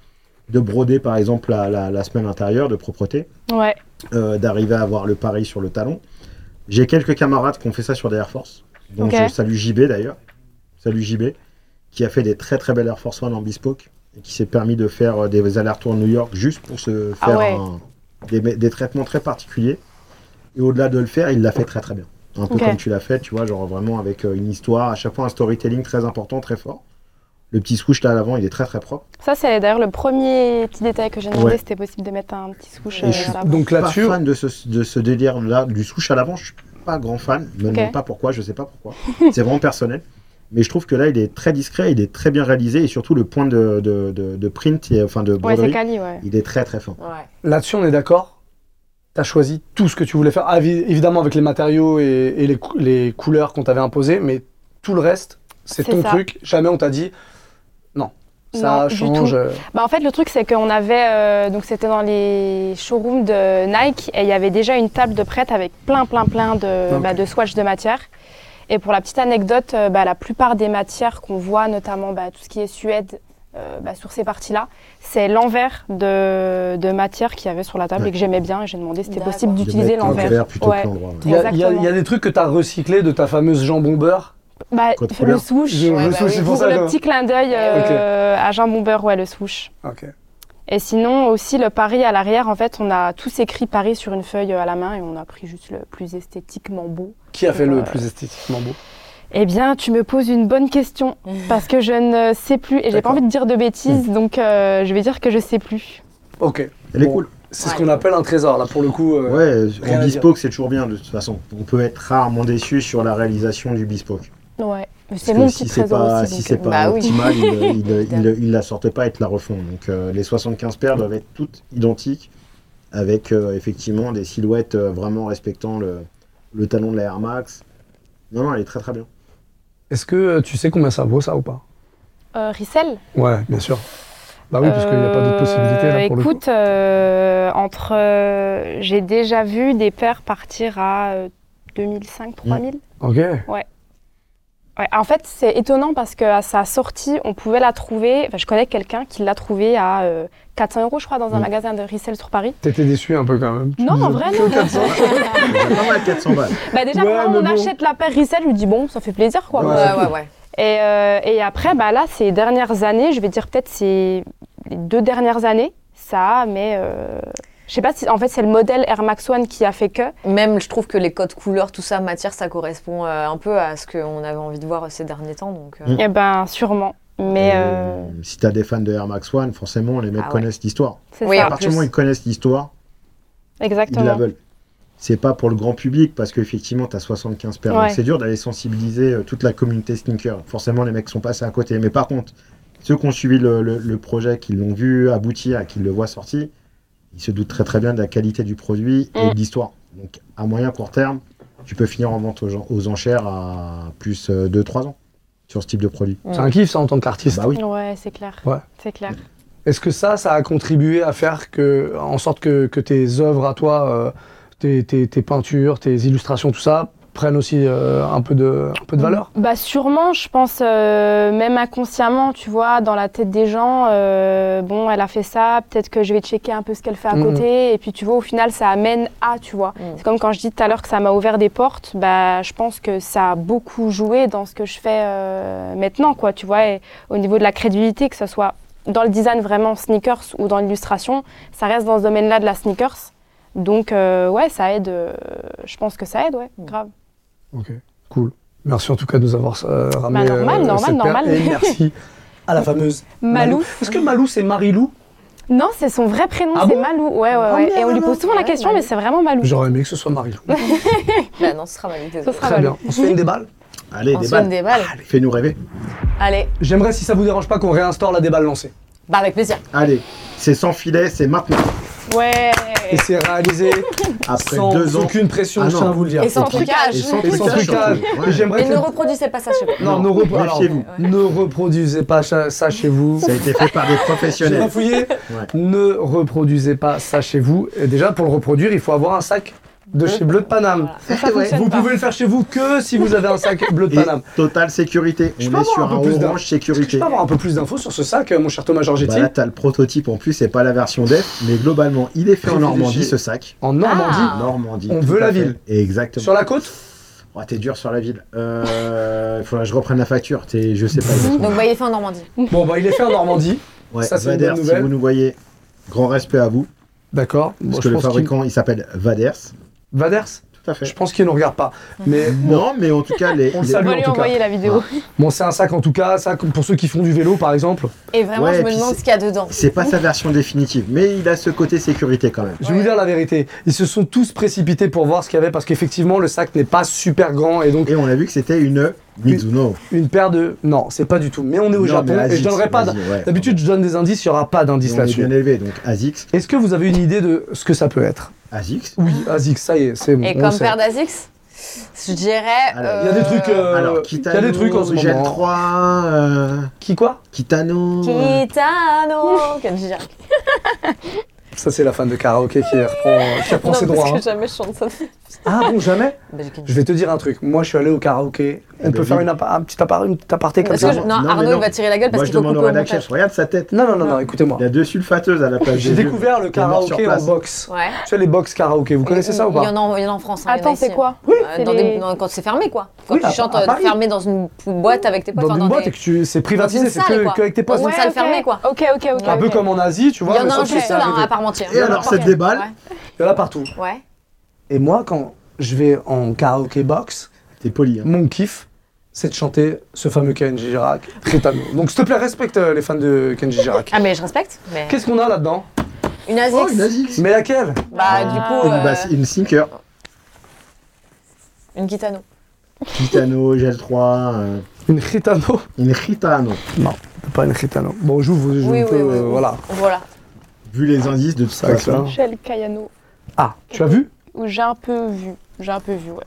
[SPEAKER 2] De broder, par exemple, la, la, la semelle intérieure de propreté
[SPEAKER 4] Ouais.
[SPEAKER 2] euh, d'arriver à avoir le pari sur le talon. J'ai quelques camarades qui ont fait ça sur des Air Force, dont
[SPEAKER 4] Ok.
[SPEAKER 2] je salue JB d'ailleurs. Salut JB, qui a fait des très très belles Air Force One en bespoke et qui s'est permis de faire euh, des allers-retours New York juste pour se
[SPEAKER 4] Ah
[SPEAKER 2] faire
[SPEAKER 4] ouais.
[SPEAKER 2] un- des, des traitements très particuliers. Et au-delà de le faire, il l'a fait très très bien. Un peu
[SPEAKER 4] Ok.
[SPEAKER 2] comme tu l'as fait, tu vois, genre vraiment avec euh, une histoire, à chaque fois un storytelling très important, très fort. Le petit swoosh là à l'avant, il est très très propre.
[SPEAKER 4] Ça, c'est d'ailleurs le premier petit détail que j'ai demandé.
[SPEAKER 2] Ouais.
[SPEAKER 4] C'était possible de mettre un petit swoosh
[SPEAKER 2] Et
[SPEAKER 4] euh,
[SPEAKER 2] je suis-
[SPEAKER 4] là-bas.
[SPEAKER 1] Donc
[SPEAKER 2] pas
[SPEAKER 1] là-dessus,
[SPEAKER 2] fan de ce, de ce délire-là, du souche à l'avant, je suis pas grand fan. Je me
[SPEAKER 4] Ok.
[SPEAKER 2] demande pas pourquoi, je sais pas pourquoi. *laughs* C'est vraiment personnel. Mais je trouve que là, il est très discret, il est très bien réalisé et surtout le point de, de, de, de print, et, enfin de
[SPEAKER 4] Ouais, c'est
[SPEAKER 2] broderie,
[SPEAKER 4] Cali, ouais.
[SPEAKER 2] il est très très fin.
[SPEAKER 3] Ouais.
[SPEAKER 1] là-dessus, on est d'accord T'as choisi tout ce que tu voulais faire, Ah, vi- évidemment avec les matériaux et, et les, cou- les couleurs qu'on t'avait imposées, mais tout le reste, c'est
[SPEAKER 4] C'est
[SPEAKER 1] ton
[SPEAKER 4] ça.
[SPEAKER 1] truc. Jamais on t'a dit non, ça
[SPEAKER 4] Non, du
[SPEAKER 1] change.
[SPEAKER 4] tout.
[SPEAKER 1] euh,
[SPEAKER 4] Bah, en fait, le truc, c'est qu'on avait. euh, donc, c'était dans les showrooms de Nike et il y avait déjà une table de prête avec plein, plein, plein de,
[SPEAKER 1] Ok.
[SPEAKER 4] bah, de swatchs de matière. Et pour la petite anecdote, euh, bah, la plupart des matières qu'on voit, notamment bah, tout ce qui est Suède, euh, bah, sur ces parties-là, c'est l'envers de, de matière qu'il y avait sur la table
[SPEAKER 2] Ouais.
[SPEAKER 4] et que j'aimais bien. Et j'ai demandé si c'était
[SPEAKER 3] D'accord.
[SPEAKER 4] possible
[SPEAKER 2] De
[SPEAKER 4] d'utiliser
[SPEAKER 2] mettre
[SPEAKER 4] l'envers.
[SPEAKER 2] plutôt
[SPEAKER 4] Ouais.
[SPEAKER 2] que l'endroit. ouais.
[SPEAKER 1] Il y, a- il y a-
[SPEAKER 4] Exactement.
[SPEAKER 1] il y a des trucs que t'as recyclés de ta fameuse jambon beurre.
[SPEAKER 4] Bah,
[SPEAKER 2] Code
[SPEAKER 4] le
[SPEAKER 2] couleur.
[SPEAKER 4] swoosh.
[SPEAKER 1] Je-
[SPEAKER 3] ouais,
[SPEAKER 1] je
[SPEAKER 3] bah
[SPEAKER 1] sais,
[SPEAKER 3] oui,
[SPEAKER 1] c'est
[SPEAKER 4] Pour
[SPEAKER 1] pour ça.
[SPEAKER 4] le
[SPEAKER 1] que-
[SPEAKER 4] petit clin d'œil euh, à Jean Bomber, ouais, le swoosh.
[SPEAKER 1] Ok.
[SPEAKER 4] Et sinon, aussi le pari à l'arrière, en fait, on a tous écrit Paris sur une feuille euh, à la main et on a pris juste le plus esthétiquement beau.
[SPEAKER 1] Qui a fait
[SPEAKER 4] Pour,
[SPEAKER 1] le
[SPEAKER 4] euh,
[SPEAKER 1] plus esthétiquement beau
[SPEAKER 4] Eh bien, tu me poses une bonne question *laughs* parce que je ne sais plus et j'ai pas
[SPEAKER 1] D'accord.
[SPEAKER 4] envie de dire de bêtises, donc euh, je vais dire que je sais plus.
[SPEAKER 1] Ok.
[SPEAKER 2] Elle est
[SPEAKER 1] Bon,
[SPEAKER 2] cool.
[SPEAKER 1] C'est ce
[SPEAKER 3] Ouais.
[SPEAKER 1] qu'on appelle un trésor, là, pour le coup. euh,
[SPEAKER 2] Ouais,
[SPEAKER 1] rien
[SPEAKER 2] en
[SPEAKER 1] à
[SPEAKER 2] bespoke, c'est toujours bien de toute façon. On peut être rarement déçu sur la réalisation du bespoke.
[SPEAKER 4] Ouais, mais
[SPEAKER 2] Parce
[SPEAKER 4] c'est
[SPEAKER 2] que
[SPEAKER 4] mon
[SPEAKER 2] si
[SPEAKER 4] petit
[SPEAKER 2] c'est
[SPEAKER 4] trésor
[SPEAKER 2] pas,
[SPEAKER 4] aussi.
[SPEAKER 2] si
[SPEAKER 4] donc,
[SPEAKER 2] c'est pas
[SPEAKER 4] euh,
[SPEAKER 3] Bah oui.
[SPEAKER 2] optimal,
[SPEAKER 4] *laughs*
[SPEAKER 2] il, il- il-
[SPEAKER 3] Évidemment.
[SPEAKER 2] il la sortait pas et te la refont. Donc euh, les 75 paires doivent être toutes identiques avec euh, effectivement des silhouettes euh, vraiment respectant le, le talon de la Air Max. Non, non, elle est très
[SPEAKER 4] *laughs*
[SPEAKER 2] très bien.
[SPEAKER 1] Est-ce que euh, tu sais combien ça vaut, ça, ou pas
[SPEAKER 4] euh, Rissel
[SPEAKER 1] Ouais, bien sûr. Bah oui, parce qu'il n'y a pas d'autre possibilité, là, pour le coup.
[SPEAKER 4] Euh, Écoute, euh, entre. euh, j'ai déjà vu des paires partir à euh, 2005-3000.
[SPEAKER 1] Ok.
[SPEAKER 4] Ouais, en fait, c'est étonnant parce qu'à sa sortie, on pouvait la trouver. Enfin, je connais quelqu'un qui l'a trouvée à euh, 400 euros, je crois, dans un
[SPEAKER 2] Mm.
[SPEAKER 4] magasin de resell sur Paris.
[SPEAKER 1] T'étais déçu un peu, quand même. Tu
[SPEAKER 4] Non,
[SPEAKER 1] disais-
[SPEAKER 4] en vrai, non.
[SPEAKER 2] Elle est vraiment à 400 balles.
[SPEAKER 4] *laughs* bah, déjà,
[SPEAKER 1] Ouais,
[SPEAKER 4] quand on
[SPEAKER 1] mais bon.
[SPEAKER 4] achète la paire resell, je lui dis bon, ça fait plaisir, quoi.
[SPEAKER 1] Ouais.
[SPEAKER 3] Ouais, ouais, ouais.
[SPEAKER 4] Et, euh, et après, bah, là, ces dernières années, je vais dire peut-être ces les deux dernières années, ça, mais. euh, Je sais pas si. En fait, c'est le modèle Air Max One qui a fait que.
[SPEAKER 3] Même, je trouve que les codes couleurs, tout ça, matière, ça correspond euh, un peu à ce qu'on avait envie de voir ces derniers temps. Donc, euh,
[SPEAKER 2] Mm.
[SPEAKER 4] Eh ben, sûrement. Mais. euh,
[SPEAKER 1] Mm.
[SPEAKER 2] Euh, Si t'as des fans de Air Max One, forcément les mecs
[SPEAKER 3] Ah ouais.
[SPEAKER 2] connaissent l'histoire.
[SPEAKER 4] c'est
[SPEAKER 3] Oui,
[SPEAKER 2] À
[SPEAKER 4] ça.
[SPEAKER 3] en
[SPEAKER 2] partir
[SPEAKER 3] plus.
[SPEAKER 2] du moment où ils connaissent l'histoire, ils la
[SPEAKER 4] Exactement.
[SPEAKER 2] veulent. C'est pas pour le grand public parce qu'effectivement, tu as 75 paires.
[SPEAKER 4] Ouais.
[SPEAKER 2] Donc c'est dur d'aller sensibiliser euh, toute la communauté sneaker. Forcément, les mecs sont passés à côté. Mais par contre, Ceux qui ont suivi le, le- le projet, qui l'ont vu aboutir et qui le voient sorti, ils se doutent très très bien de la qualité du produit et
[SPEAKER 4] Mm.
[SPEAKER 2] de l'histoire. Donc à moyen court terme, tu peux finir en vente aux, gens- aux enchères à plus 2-3 ans sur ce type de produit.
[SPEAKER 1] C'est un kiff ça en tant qu'artiste.
[SPEAKER 2] Bah oui.
[SPEAKER 4] Ouais, c'est clair.
[SPEAKER 1] Ouais.
[SPEAKER 4] C'est clair.
[SPEAKER 1] Est-ce que ça, ça a contribué à faire que, en sorte que, que tes œuvres à toi, euh, tes, tes- tes peintures, tes illustrations, tout ça, prennent aussi euh, un, peu de, un peu de valeur
[SPEAKER 4] Bah sûrement, je pense euh, même inconsciemment, tu vois, dans la tête des gens, euh, bon, elle a fait ça, peut-être que je vais checker un peu ce qu'elle fait à
[SPEAKER 1] Mhm.
[SPEAKER 4] côté, et puis tu vois, au final, ça amène à, tu vois.
[SPEAKER 3] Mm.
[SPEAKER 4] C'est comme quand je dis tout à l'heure que ça m'a ouvert des portes, bah je pense que ça a beaucoup joué dans ce que je fais euh, maintenant, quoi, tu vois, et au niveau de la crédibilité, que ce soit dans le design vraiment sneakers ou dans l'illustration, ça reste dans ce domaine-là de la sneakers. Donc euh, ouais, ça aide, euh, je pense que ça aide, ouais,
[SPEAKER 3] Mm.
[SPEAKER 4] grave.
[SPEAKER 1] Ok, cool. Merci en tout cas de nous avoir euh, ramené.
[SPEAKER 4] Bah, normal,
[SPEAKER 1] euh,
[SPEAKER 4] normal,
[SPEAKER 1] cette paire.
[SPEAKER 4] normal.
[SPEAKER 1] Et
[SPEAKER 4] *laughs*
[SPEAKER 1] merci à la fameuse
[SPEAKER 4] Malou.
[SPEAKER 1] Est-ce que Malou, c'est Marilou
[SPEAKER 4] Non, c'est son vrai prénom,
[SPEAKER 1] Ah
[SPEAKER 4] c'est
[SPEAKER 1] bon
[SPEAKER 4] Malou. Ouais, ouais,
[SPEAKER 1] Ah
[SPEAKER 4] ouais.
[SPEAKER 1] merde,
[SPEAKER 4] Et on lui
[SPEAKER 1] alors.
[SPEAKER 4] pose souvent la
[SPEAKER 3] Ouais,
[SPEAKER 4] question,
[SPEAKER 3] Malou.
[SPEAKER 4] mais c'est vraiment Malou.
[SPEAKER 1] J'aurais aimé que ce soit Marilou.
[SPEAKER 3] Bah non, ce sera Malou, désolé.
[SPEAKER 4] Ce sera-
[SPEAKER 1] Très bien. On se fait une déballe
[SPEAKER 2] Allez,
[SPEAKER 3] On
[SPEAKER 2] des
[SPEAKER 3] se donne
[SPEAKER 2] balles.
[SPEAKER 3] des balles.
[SPEAKER 2] Allez, Fais-nous rêver.
[SPEAKER 3] Allez,
[SPEAKER 1] J'aimerais, si ça vous dérange pas, qu'on réinstaure la déballe lancée.
[SPEAKER 3] bah avec plaisir.
[SPEAKER 2] Allez, c'est sans filet, c'est maintenant.
[SPEAKER 4] Ouais.
[SPEAKER 1] Et c'est réalisé
[SPEAKER 2] Après
[SPEAKER 1] sans
[SPEAKER 2] deux ans.
[SPEAKER 1] aucune pression,
[SPEAKER 2] Ah
[SPEAKER 1] je
[SPEAKER 2] non.
[SPEAKER 1] tiens à vous le dire.
[SPEAKER 3] Et sans trucage.
[SPEAKER 2] Et sans
[SPEAKER 1] Et sans
[SPEAKER 2] trucage,
[SPEAKER 1] trucage.
[SPEAKER 2] surtout.
[SPEAKER 1] Et
[SPEAKER 2] Ouais.
[SPEAKER 1] J'aimerais
[SPEAKER 3] Et
[SPEAKER 1] que
[SPEAKER 3] ne reproduisez pas ça chez vous.
[SPEAKER 1] Non,
[SPEAKER 2] Non,
[SPEAKER 1] ne, repro- alors,
[SPEAKER 2] méfiez-vous.
[SPEAKER 1] ne reproduisez pas cha- ça chez vous.
[SPEAKER 2] Ça a été fait par des
[SPEAKER 1] J'ai
[SPEAKER 2] professionnels.
[SPEAKER 1] fouillé.
[SPEAKER 2] Ouais.
[SPEAKER 1] Ne reproduisez pas ça chez vous. Et déjà, pour le reproduire, il faut avoir un sac de chez Bleu de Paname.
[SPEAKER 3] Voilà.
[SPEAKER 1] Vous pouvez le faire chez vous que si vous avez un sac Bleu de
[SPEAKER 2] Et
[SPEAKER 1] Paname.
[SPEAKER 2] totale sécurité.
[SPEAKER 1] Je
[SPEAKER 2] On
[SPEAKER 1] peux
[SPEAKER 2] est
[SPEAKER 1] avoir
[SPEAKER 2] sur
[SPEAKER 1] un peu
[SPEAKER 2] un
[SPEAKER 1] plus d'un-
[SPEAKER 2] orange
[SPEAKER 1] Est-ce que je
[SPEAKER 2] sécurité.
[SPEAKER 1] peux avoir un peu plus d'infos sur ce sac, euh, mon cher Thomas Giorgetti
[SPEAKER 2] Bah là, t'as le prototype en plus, c'est pas la version dev, mais globalement, il est fait en
[SPEAKER 1] Privilégié.
[SPEAKER 2] Normandie ce sac.
[SPEAKER 1] En Normandie,
[SPEAKER 3] Ah.
[SPEAKER 2] Normandie.
[SPEAKER 1] On
[SPEAKER 2] tout
[SPEAKER 1] veut
[SPEAKER 2] à
[SPEAKER 1] la
[SPEAKER 2] fait.
[SPEAKER 1] ville.
[SPEAKER 2] Exactement.
[SPEAKER 1] sur la côte
[SPEAKER 2] Oh, t'es dur sur la ville. Euh, *laughs* faudra que je reprenne la facture. T'es, je sais pas.
[SPEAKER 3] Donc bah il est fait en Normandie.
[SPEAKER 1] Bon, bah, il est fait en Normandie.
[SPEAKER 2] Ouais,
[SPEAKER 1] ça, c'est une
[SPEAKER 2] Vaders,
[SPEAKER 1] bonne
[SPEAKER 2] si
[SPEAKER 1] nouvelle.
[SPEAKER 2] vous nous voyez, grand respect à vous,
[SPEAKER 1] D'accord. Bon,
[SPEAKER 2] parce
[SPEAKER 1] je
[SPEAKER 2] que le
[SPEAKER 1] pense qu'il-
[SPEAKER 2] fabricant, il s'appelle Vaders.
[SPEAKER 1] Vaders
[SPEAKER 2] Tout à fait.
[SPEAKER 1] Je pense qu'il ne regarde pas. Mais
[SPEAKER 2] Non, mais en tout cas, les.
[SPEAKER 1] On le
[SPEAKER 2] les-
[SPEAKER 1] salue. Malou,
[SPEAKER 4] On va
[SPEAKER 1] en
[SPEAKER 4] lui
[SPEAKER 1] tout cas.
[SPEAKER 4] envoyer la vidéo.
[SPEAKER 1] bon, c'est un sac en tout cas. Ça, pour ceux qui font du vélo, par exemple.
[SPEAKER 3] Et vraiment,
[SPEAKER 2] Ouais,
[SPEAKER 3] je me
[SPEAKER 2] puis
[SPEAKER 3] demande
[SPEAKER 2] c'est-
[SPEAKER 3] ce qu'il y a dedans.
[SPEAKER 2] C'est pas sa version définitive, mais il a ce côté sécurité quand même.
[SPEAKER 1] Je vais vous dire la vérité. Ils se sont tous précipités pour voir ce qu'il y avait parce qu'effectivement, le sac n'est pas super grand et donc
[SPEAKER 2] Et on a vu que c'était une Mizuno.
[SPEAKER 1] une paire de. Non, c'est pas du tout. Mais on est au
[SPEAKER 2] Non,
[SPEAKER 1] Japon
[SPEAKER 2] mais
[SPEAKER 1] et je
[SPEAKER 2] Asics,
[SPEAKER 1] donnerai pas. d-
[SPEAKER 2] vas-y, ouais.
[SPEAKER 1] D'habitude, je donne des indices, il n'y aura pas
[SPEAKER 2] Et
[SPEAKER 1] d'indice
[SPEAKER 2] on est
[SPEAKER 1] là-dessus.
[SPEAKER 2] bien élevé, donc ASICS.
[SPEAKER 1] Est-ce que vous avez une idée de ce que ça peut être
[SPEAKER 2] ASICS
[SPEAKER 1] Oui, Asics, ça y est, c'est bon.
[SPEAKER 3] Ah. Et
[SPEAKER 1] on
[SPEAKER 3] comme
[SPEAKER 1] sait.
[SPEAKER 3] paire d'Asics, je dirais.
[SPEAKER 2] Alors,
[SPEAKER 1] Il y a des trucs. euh,
[SPEAKER 2] Alors,
[SPEAKER 1] il y a des trucs en ce
[SPEAKER 2] Kitano, Gel
[SPEAKER 1] moment.
[SPEAKER 2] 3, euh,
[SPEAKER 1] Qui quoi
[SPEAKER 2] Kitano. euh,
[SPEAKER 3] Kitano Kenji Girac.
[SPEAKER 1] Ça, c'est la fan de karaoké qui reprend, qui reprend
[SPEAKER 3] Non,
[SPEAKER 1] ses
[SPEAKER 3] parce
[SPEAKER 1] droits.
[SPEAKER 3] que
[SPEAKER 1] hein.
[SPEAKER 3] jamais je chante ça.
[SPEAKER 1] Ah bon, jamais
[SPEAKER 3] Bah, j'ai
[SPEAKER 1] Je
[SPEAKER 3] Kenji.
[SPEAKER 1] vais te dire un truc. Moi, je suis allé au karaoké. On
[SPEAKER 2] Eh
[SPEAKER 1] peut
[SPEAKER 2] ben,
[SPEAKER 1] faire
[SPEAKER 2] dis-
[SPEAKER 1] une, appa- un petit appart- une petite aparté comme
[SPEAKER 3] Parce
[SPEAKER 1] ça.
[SPEAKER 3] que je-
[SPEAKER 2] Non,
[SPEAKER 3] non,
[SPEAKER 2] mais
[SPEAKER 3] Arnaud
[SPEAKER 2] non.
[SPEAKER 3] il va tirer la gueule
[SPEAKER 2] Moi,
[SPEAKER 3] parce
[SPEAKER 2] je
[SPEAKER 3] qu'il faut
[SPEAKER 2] demande au
[SPEAKER 3] couper au
[SPEAKER 2] rédacteur.
[SPEAKER 3] montage.
[SPEAKER 2] Regarde sa tête.
[SPEAKER 1] Non, non, non, non, écoutez-moi.
[SPEAKER 2] Il y a deux sulfateuses à la place.
[SPEAKER 1] J'ai
[SPEAKER 2] des yeux.
[SPEAKER 1] découvert le
[SPEAKER 2] T'es mort sur
[SPEAKER 1] karaoké en
[SPEAKER 2] place.
[SPEAKER 1] box.
[SPEAKER 3] Ouais.
[SPEAKER 1] Tu sais, les box karaoké, vous connaissez ça ou
[SPEAKER 3] Il y
[SPEAKER 1] pas
[SPEAKER 3] en a, il y en a en France. hein, il y en a
[SPEAKER 4] Attends, c'est
[SPEAKER 3] ici.
[SPEAKER 4] quoi
[SPEAKER 1] Oui,
[SPEAKER 3] Euh, dans
[SPEAKER 4] C'est
[SPEAKER 3] des-
[SPEAKER 4] les-
[SPEAKER 3] dans- Quand c'est fermé, quoi. Quand
[SPEAKER 1] Oui, à-
[SPEAKER 3] tu chantes
[SPEAKER 1] à
[SPEAKER 3] euh,
[SPEAKER 1] Paris.
[SPEAKER 3] fermé dans une boîte avec tes potes.
[SPEAKER 1] Dans
[SPEAKER 3] enfin,
[SPEAKER 1] une boîte
[SPEAKER 3] des-
[SPEAKER 1] et que tu- c'est privatisé,
[SPEAKER 3] une
[SPEAKER 1] c'est
[SPEAKER 3] salle,
[SPEAKER 1] que,
[SPEAKER 3] quoi.
[SPEAKER 1] que avec tes potes.
[SPEAKER 3] Dans une salle
[SPEAKER 4] ok.
[SPEAKER 3] fermée, quoi.
[SPEAKER 4] Ok, ok, ok.
[SPEAKER 1] Un peu
[SPEAKER 4] ok.
[SPEAKER 1] comme en Asie, tu
[SPEAKER 3] Il
[SPEAKER 1] vois.
[SPEAKER 3] y en
[SPEAKER 1] mais
[SPEAKER 3] a un
[SPEAKER 1] sans
[SPEAKER 3] chez
[SPEAKER 1] que c'est
[SPEAKER 3] là,
[SPEAKER 1] arrivé.
[SPEAKER 3] à part mentir.
[SPEAKER 2] Et alors, cette déballe
[SPEAKER 1] Il y en a partout.
[SPEAKER 3] Ouais. ouais.
[SPEAKER 1] Et moi, quand je vais en karaoké box,
[SPEAKER 2] T'es poli. Hein.
[SPEAKER 1] mon kiff, c'est de chanter ce fameux Kenji Girac, Ritano. Donc, s'il te plaît, respecte euh, les fans de Kenji Girac.
[SPEAKER 3] Ah, mais je respecte. Mais...
[SPEAKER 1] Qu'est-ce qu'on a là-dedans
[SPEAKER 3] Une
[SPEAKER 2] Oh, une
[SPEAKER 3] Asics.
[SPEAKER 2] ASICS.
[SPEAKER 1] Mais laquelle
[SPEAKER 3] Bah, du coup,
[SPEAKER 2] Une,
[SPEAKER 3] euh,
[SPEAKER 2] basse- une Sinker.
[SPEAKER 3] une Kitano.
[SPEAKER 2] Kitano, Gel 3, euh,
[SPEAKER 1] Une Ritano
[SPEAKER 2] une Ritano.
[SPEAKER 1] Pas une Ritano. Bon, j'ouvre, je
[SPEAKER 3] Oui, oui,
[SPEAKER 1] peux.
[SPEAKER 3] oui,
[SPEAKER 1] euh,
[SPEAKER 3] oui.
[SPEAKER 1] Voilà.
[SPEAKER 3] Voilà.
[SPEAKER 2] Vu les indices de toute
[SPEAKER 1] Ça, avec ça.
[SPEAKER 2] façon.
[SPEAKER 4] Michel Cayano,
[SPEAKER 1] Ah, tu as vu
[SPEAKER 4] où j'ai un peu vu. J'ai un peu vu, ouais.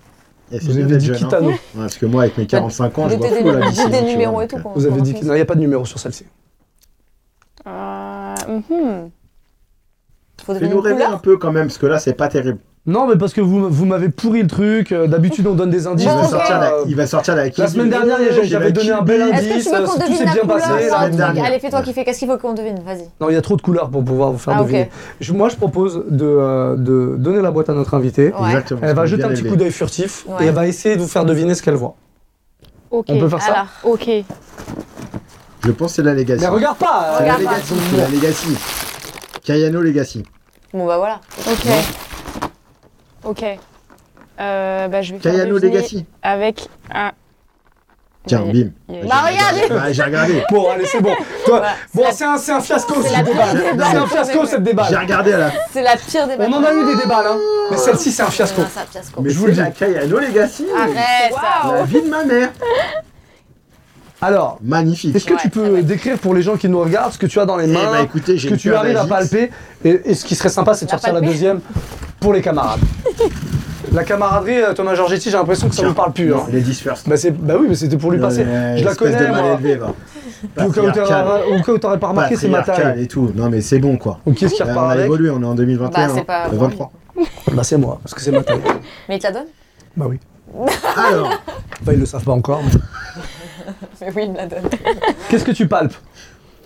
[SPEAKER 2] Et c'est
[SPEAKER 1] Vous
[SPEAKER 2] bien
[SPEAKER 1] avez
[SPEAKER 2] d'être
[SPEAKER 1] dit
[SPEAKER 2] jeune, hein.
[SPEAKER 1] Kitano.
[SPEAKER 2] Ouais, Parce que moi, avec mes 45 ans, je vois fou la
[SPEAKER 3] J'ai
[SPEAKER 2] glycémie,
[SPEAKER 3] des
[SPEAKER 2] tu vois,
[SPEAKER 3] numéros et
[SPEAKER 2] donc,
[SPEAKER 3] tout. quoi.
[SPEAKER 1] Vous avez dit qu'il n'y a pas de numéro sur celle-ci.
[SPEAKER 4] Euh, mhm.
[SPEAKER 3] Faut
[SPEAKER 2] euh,
[SPEAKER 3] deviner
[SPEAKER 2] Fais-nous
[SPEAKER 3] une
[SPEAKER 2] rêver un
[SPEAKER 3] couleur.
[SPEAKER 2] peu quand même, parce que là, c'est pas terrible.
[SPEAKER 1] Non, mais parce que vous, vous m'avez pourri le truc. Euh, D'habitude, on donne des indices. euh,
[SPEAKER 2] Il va
[SPEAKER 3] ok.
[SPEAKER 2] sortir la- il va sortir la
[SPEAKER 1] La
[SPEAKER 2] Kill
[SPEAKER 1] semaine
[SPEAKER 2] Bill.
[SPEAKER 1] dernière,
[SPEAKER 2] Il va
[SPEAKER 1] j'avais donné
[SPEAKER 2] Kill
[SPEAKER 1] un bel
[SPEAKER 2] Bill.
[SPEAKER 1] indice.
[SPEAKER 3] Est-ce que tu veux qu'on
[SPEAKER 1] Tout s'est
[SPEAKER 3] devine la
[SPEAKER 1] bien passé,
[SPEAKER 3] couleur
[SPEAKER 1] là.
[SPEAKER 3] un truc
[SPEAKER 2] dernière.
[SPEAKER 3] Allez, fais-toi kiffer. Qu'est-ce qu'il faut qu'on devine Vas-y.
[SPEAKER 1] Non, il y a trop de couleurs pour pouvoir vous faire
[SPEAKER 3] Ah, ok.
[SPEAKER 1] deviner. Je- moi, je propose de, euh, de donner la boîte à notre invitée.
[SPEAKER 3] Ouais.
[SPEAKER 2] Exactement.
[SPEAKER 1] Elle va
[SPEAKER 2] Bien
[SPEAKER 1] Eh ben, jeter un petit
[SPEAKER 2] élevé.
[SPEAKER 1] coup d'œil furtif
[SPEAKER 3] Ouais.
[SPEAKER 1] et elle va essayer de vous faire deviner ce qu'elle voit.
[SPEAKER 4] Ok.
[SPEAKER 1] On peut faire ça
[SPEAKER 3] Alors,
[SPEAKER 4] Ok.
[SPEAKER 2] Je pense que c'est la Legacy.
[SPEAKER 1] Mais regarde pas
[SPEAKER 2] C'est
[SPEAKER 1] euh,
[SPEAKER 2] la
[SPEAKER 3] Regarde pas.
[SPEAKER 2] Legacy. c'est La Legacy. Cayano Legacy.
[SPEAKER 3] bon bah voilà.
[SPEAKER 4] Ok. Ok. Euh, bah, je vais faire
[SPEAKER 2] Cayano
[SPEAKER 4] deviner
[SPEAKER 2] Legacy.
[SPEAKER 4] avec un.
[SPEAKER 2] Tiens,
[SPEAKER 4] Ouais.
[SPEAKER 2] bim.
[SPEAKER 4] Yeah.
[SPEAKER 2] J'ai
[SPEAKER 3] Bah,
[SPEAKER 2] regardé.
[SPEAKER 3] regardez.
[SPEAKER 2] Bah,
[SPEAKER 1] *laughs*
[SPEAKER 2] J'ai regardé.
[SPEAKER 1] Bon, allez, c'est bon. Toi,
[SPEAKER 3] Voilà,
[SPEAKER 1] bon,
[SPEAKER 3] c'est la-
[SPEAKER 1] c'est un, c'est un fiasco
[SPEAKER 3] c'est
[SPEAKER 1] cette
[SPEAKER 3] la
[SPEAKER 1] déballe.
[SPEAKER 3] pire déballe.
[SPEAKER 1] C'est un fiasco cette
[SPEAKER 2] J'ai
[SPEAKER 1] déballe.
[SPEAKER 2] regardé à la.
[SPEAKER 3] C'est la pire des
[SPEAKER 1] On en a eu des déballes, hein. Mais celle-ci, c'est un fiasco.
[SPEAKER 3] Ça, fiasco.
[SPEAKER 2] Mais
[SPEAKER 1] Je
[SPEAKER 2] je
[SPEAKER 1] vous
[SPEAKER 2] vous
[SPEAKER 1] le
[SPEAKER 2] la Cayano Legacy.
[SPEAKER 3] Arrête. ça.
[SPEAKER 2] La vie de ma mère.
[SPEAKER 1] Alors,
[SPEAKER 2] Magnifique.
[SPEAKER 1] est-ce que
[SPEAKER 3] Ouais,
[SPEAKER 1] tu
[SPEAKER 3] ça va
[SPEAKER 1] peux
[SPEAKER 3] être-
[SPEAKER 1] décrire pour les gens qui nous regardent ce que tu as dans les
[SPEAKER 2] Eh
[SPEAKER 1] mains,
[SPEAKER 2] bah, écoutez,
[SPEAKER 1] ce
[SPEAKER 2] j'ai
[SPEAKER 1] que
[SPEAKER 2] une
[SPEAKER 1] tu
[SPEAKER 2] paire
[SPEAKER 1] arrives à
[SPEAKER 2] d'Agix.
[SPEAKER 1] palper et, et ce qui serait sympa, c'est de
[SPEAKER 3] La
[SPEAKER 1] sortir la
[SPEAKER 3] palper.
[SPEAKER 1] deuxième pour les
[SPEAKER 3] *laughs*
[SPEAKER 1] camarades. la camaraderie, euh, Thomas Giorgetti, j'ai l'impression que ça ne vous parle plus. hein.
[SPEAKER 2] Non, Les 10 first.
[SPEAKER 1] Bah, c'est- bah oui, mais c'était pour lui passer.
[SPEAKER 2] Euh,
[SPEAKER 1] Je la
[SPEAKER 2] espèce
[SPEAKER 1] connais,
[SPEAKER 2] de mal
[SPEAKER 1] moi.
[SPEAKER 2] élevé, va.
[SPEAKER 1] Puis Au cas où
[SPEAKER 2] Patriarcal.
[SPEAKER 1] t'aurais- au cas où t'aurais pas remarqué, c'est ma
[SPEAKER 2] Patriarcal
[SPEAKER 1] taille.
[SPEAKER 2] et tout. Non, mais c'est bon, quoi.
[SPEAKER 1] Ou qui est-ce qui
[SPEAKER 2] Là,
[SPEAKER 1] repart
[SPEAKER 2] Bah, on a
[SPEAKER 1] avec
[SPEAKER 2] évolué, on est en 2021.
[SPEAKER 3] Bah, c'est
[SPEAKER 2] hein,
[SPEAKER 3] pas
[SPEAKER 2] le
[SPEAKER 3] moi.
[SPEAKER 2] 23.
[SPEAKER 1] Bah c'est moi, parce que c'est ma taille.
[SPEAKER 3] Mais il te la donne
[SPEAKER 1] Bah oui.
[SPEAKER 2] Alors,
[SPEAKER 1] Bah ils le savent pas encore.
[SPEAKER 3] Mais oui, il me la donne.
[SPEAKER 1] Qu'est-ce que tu palpes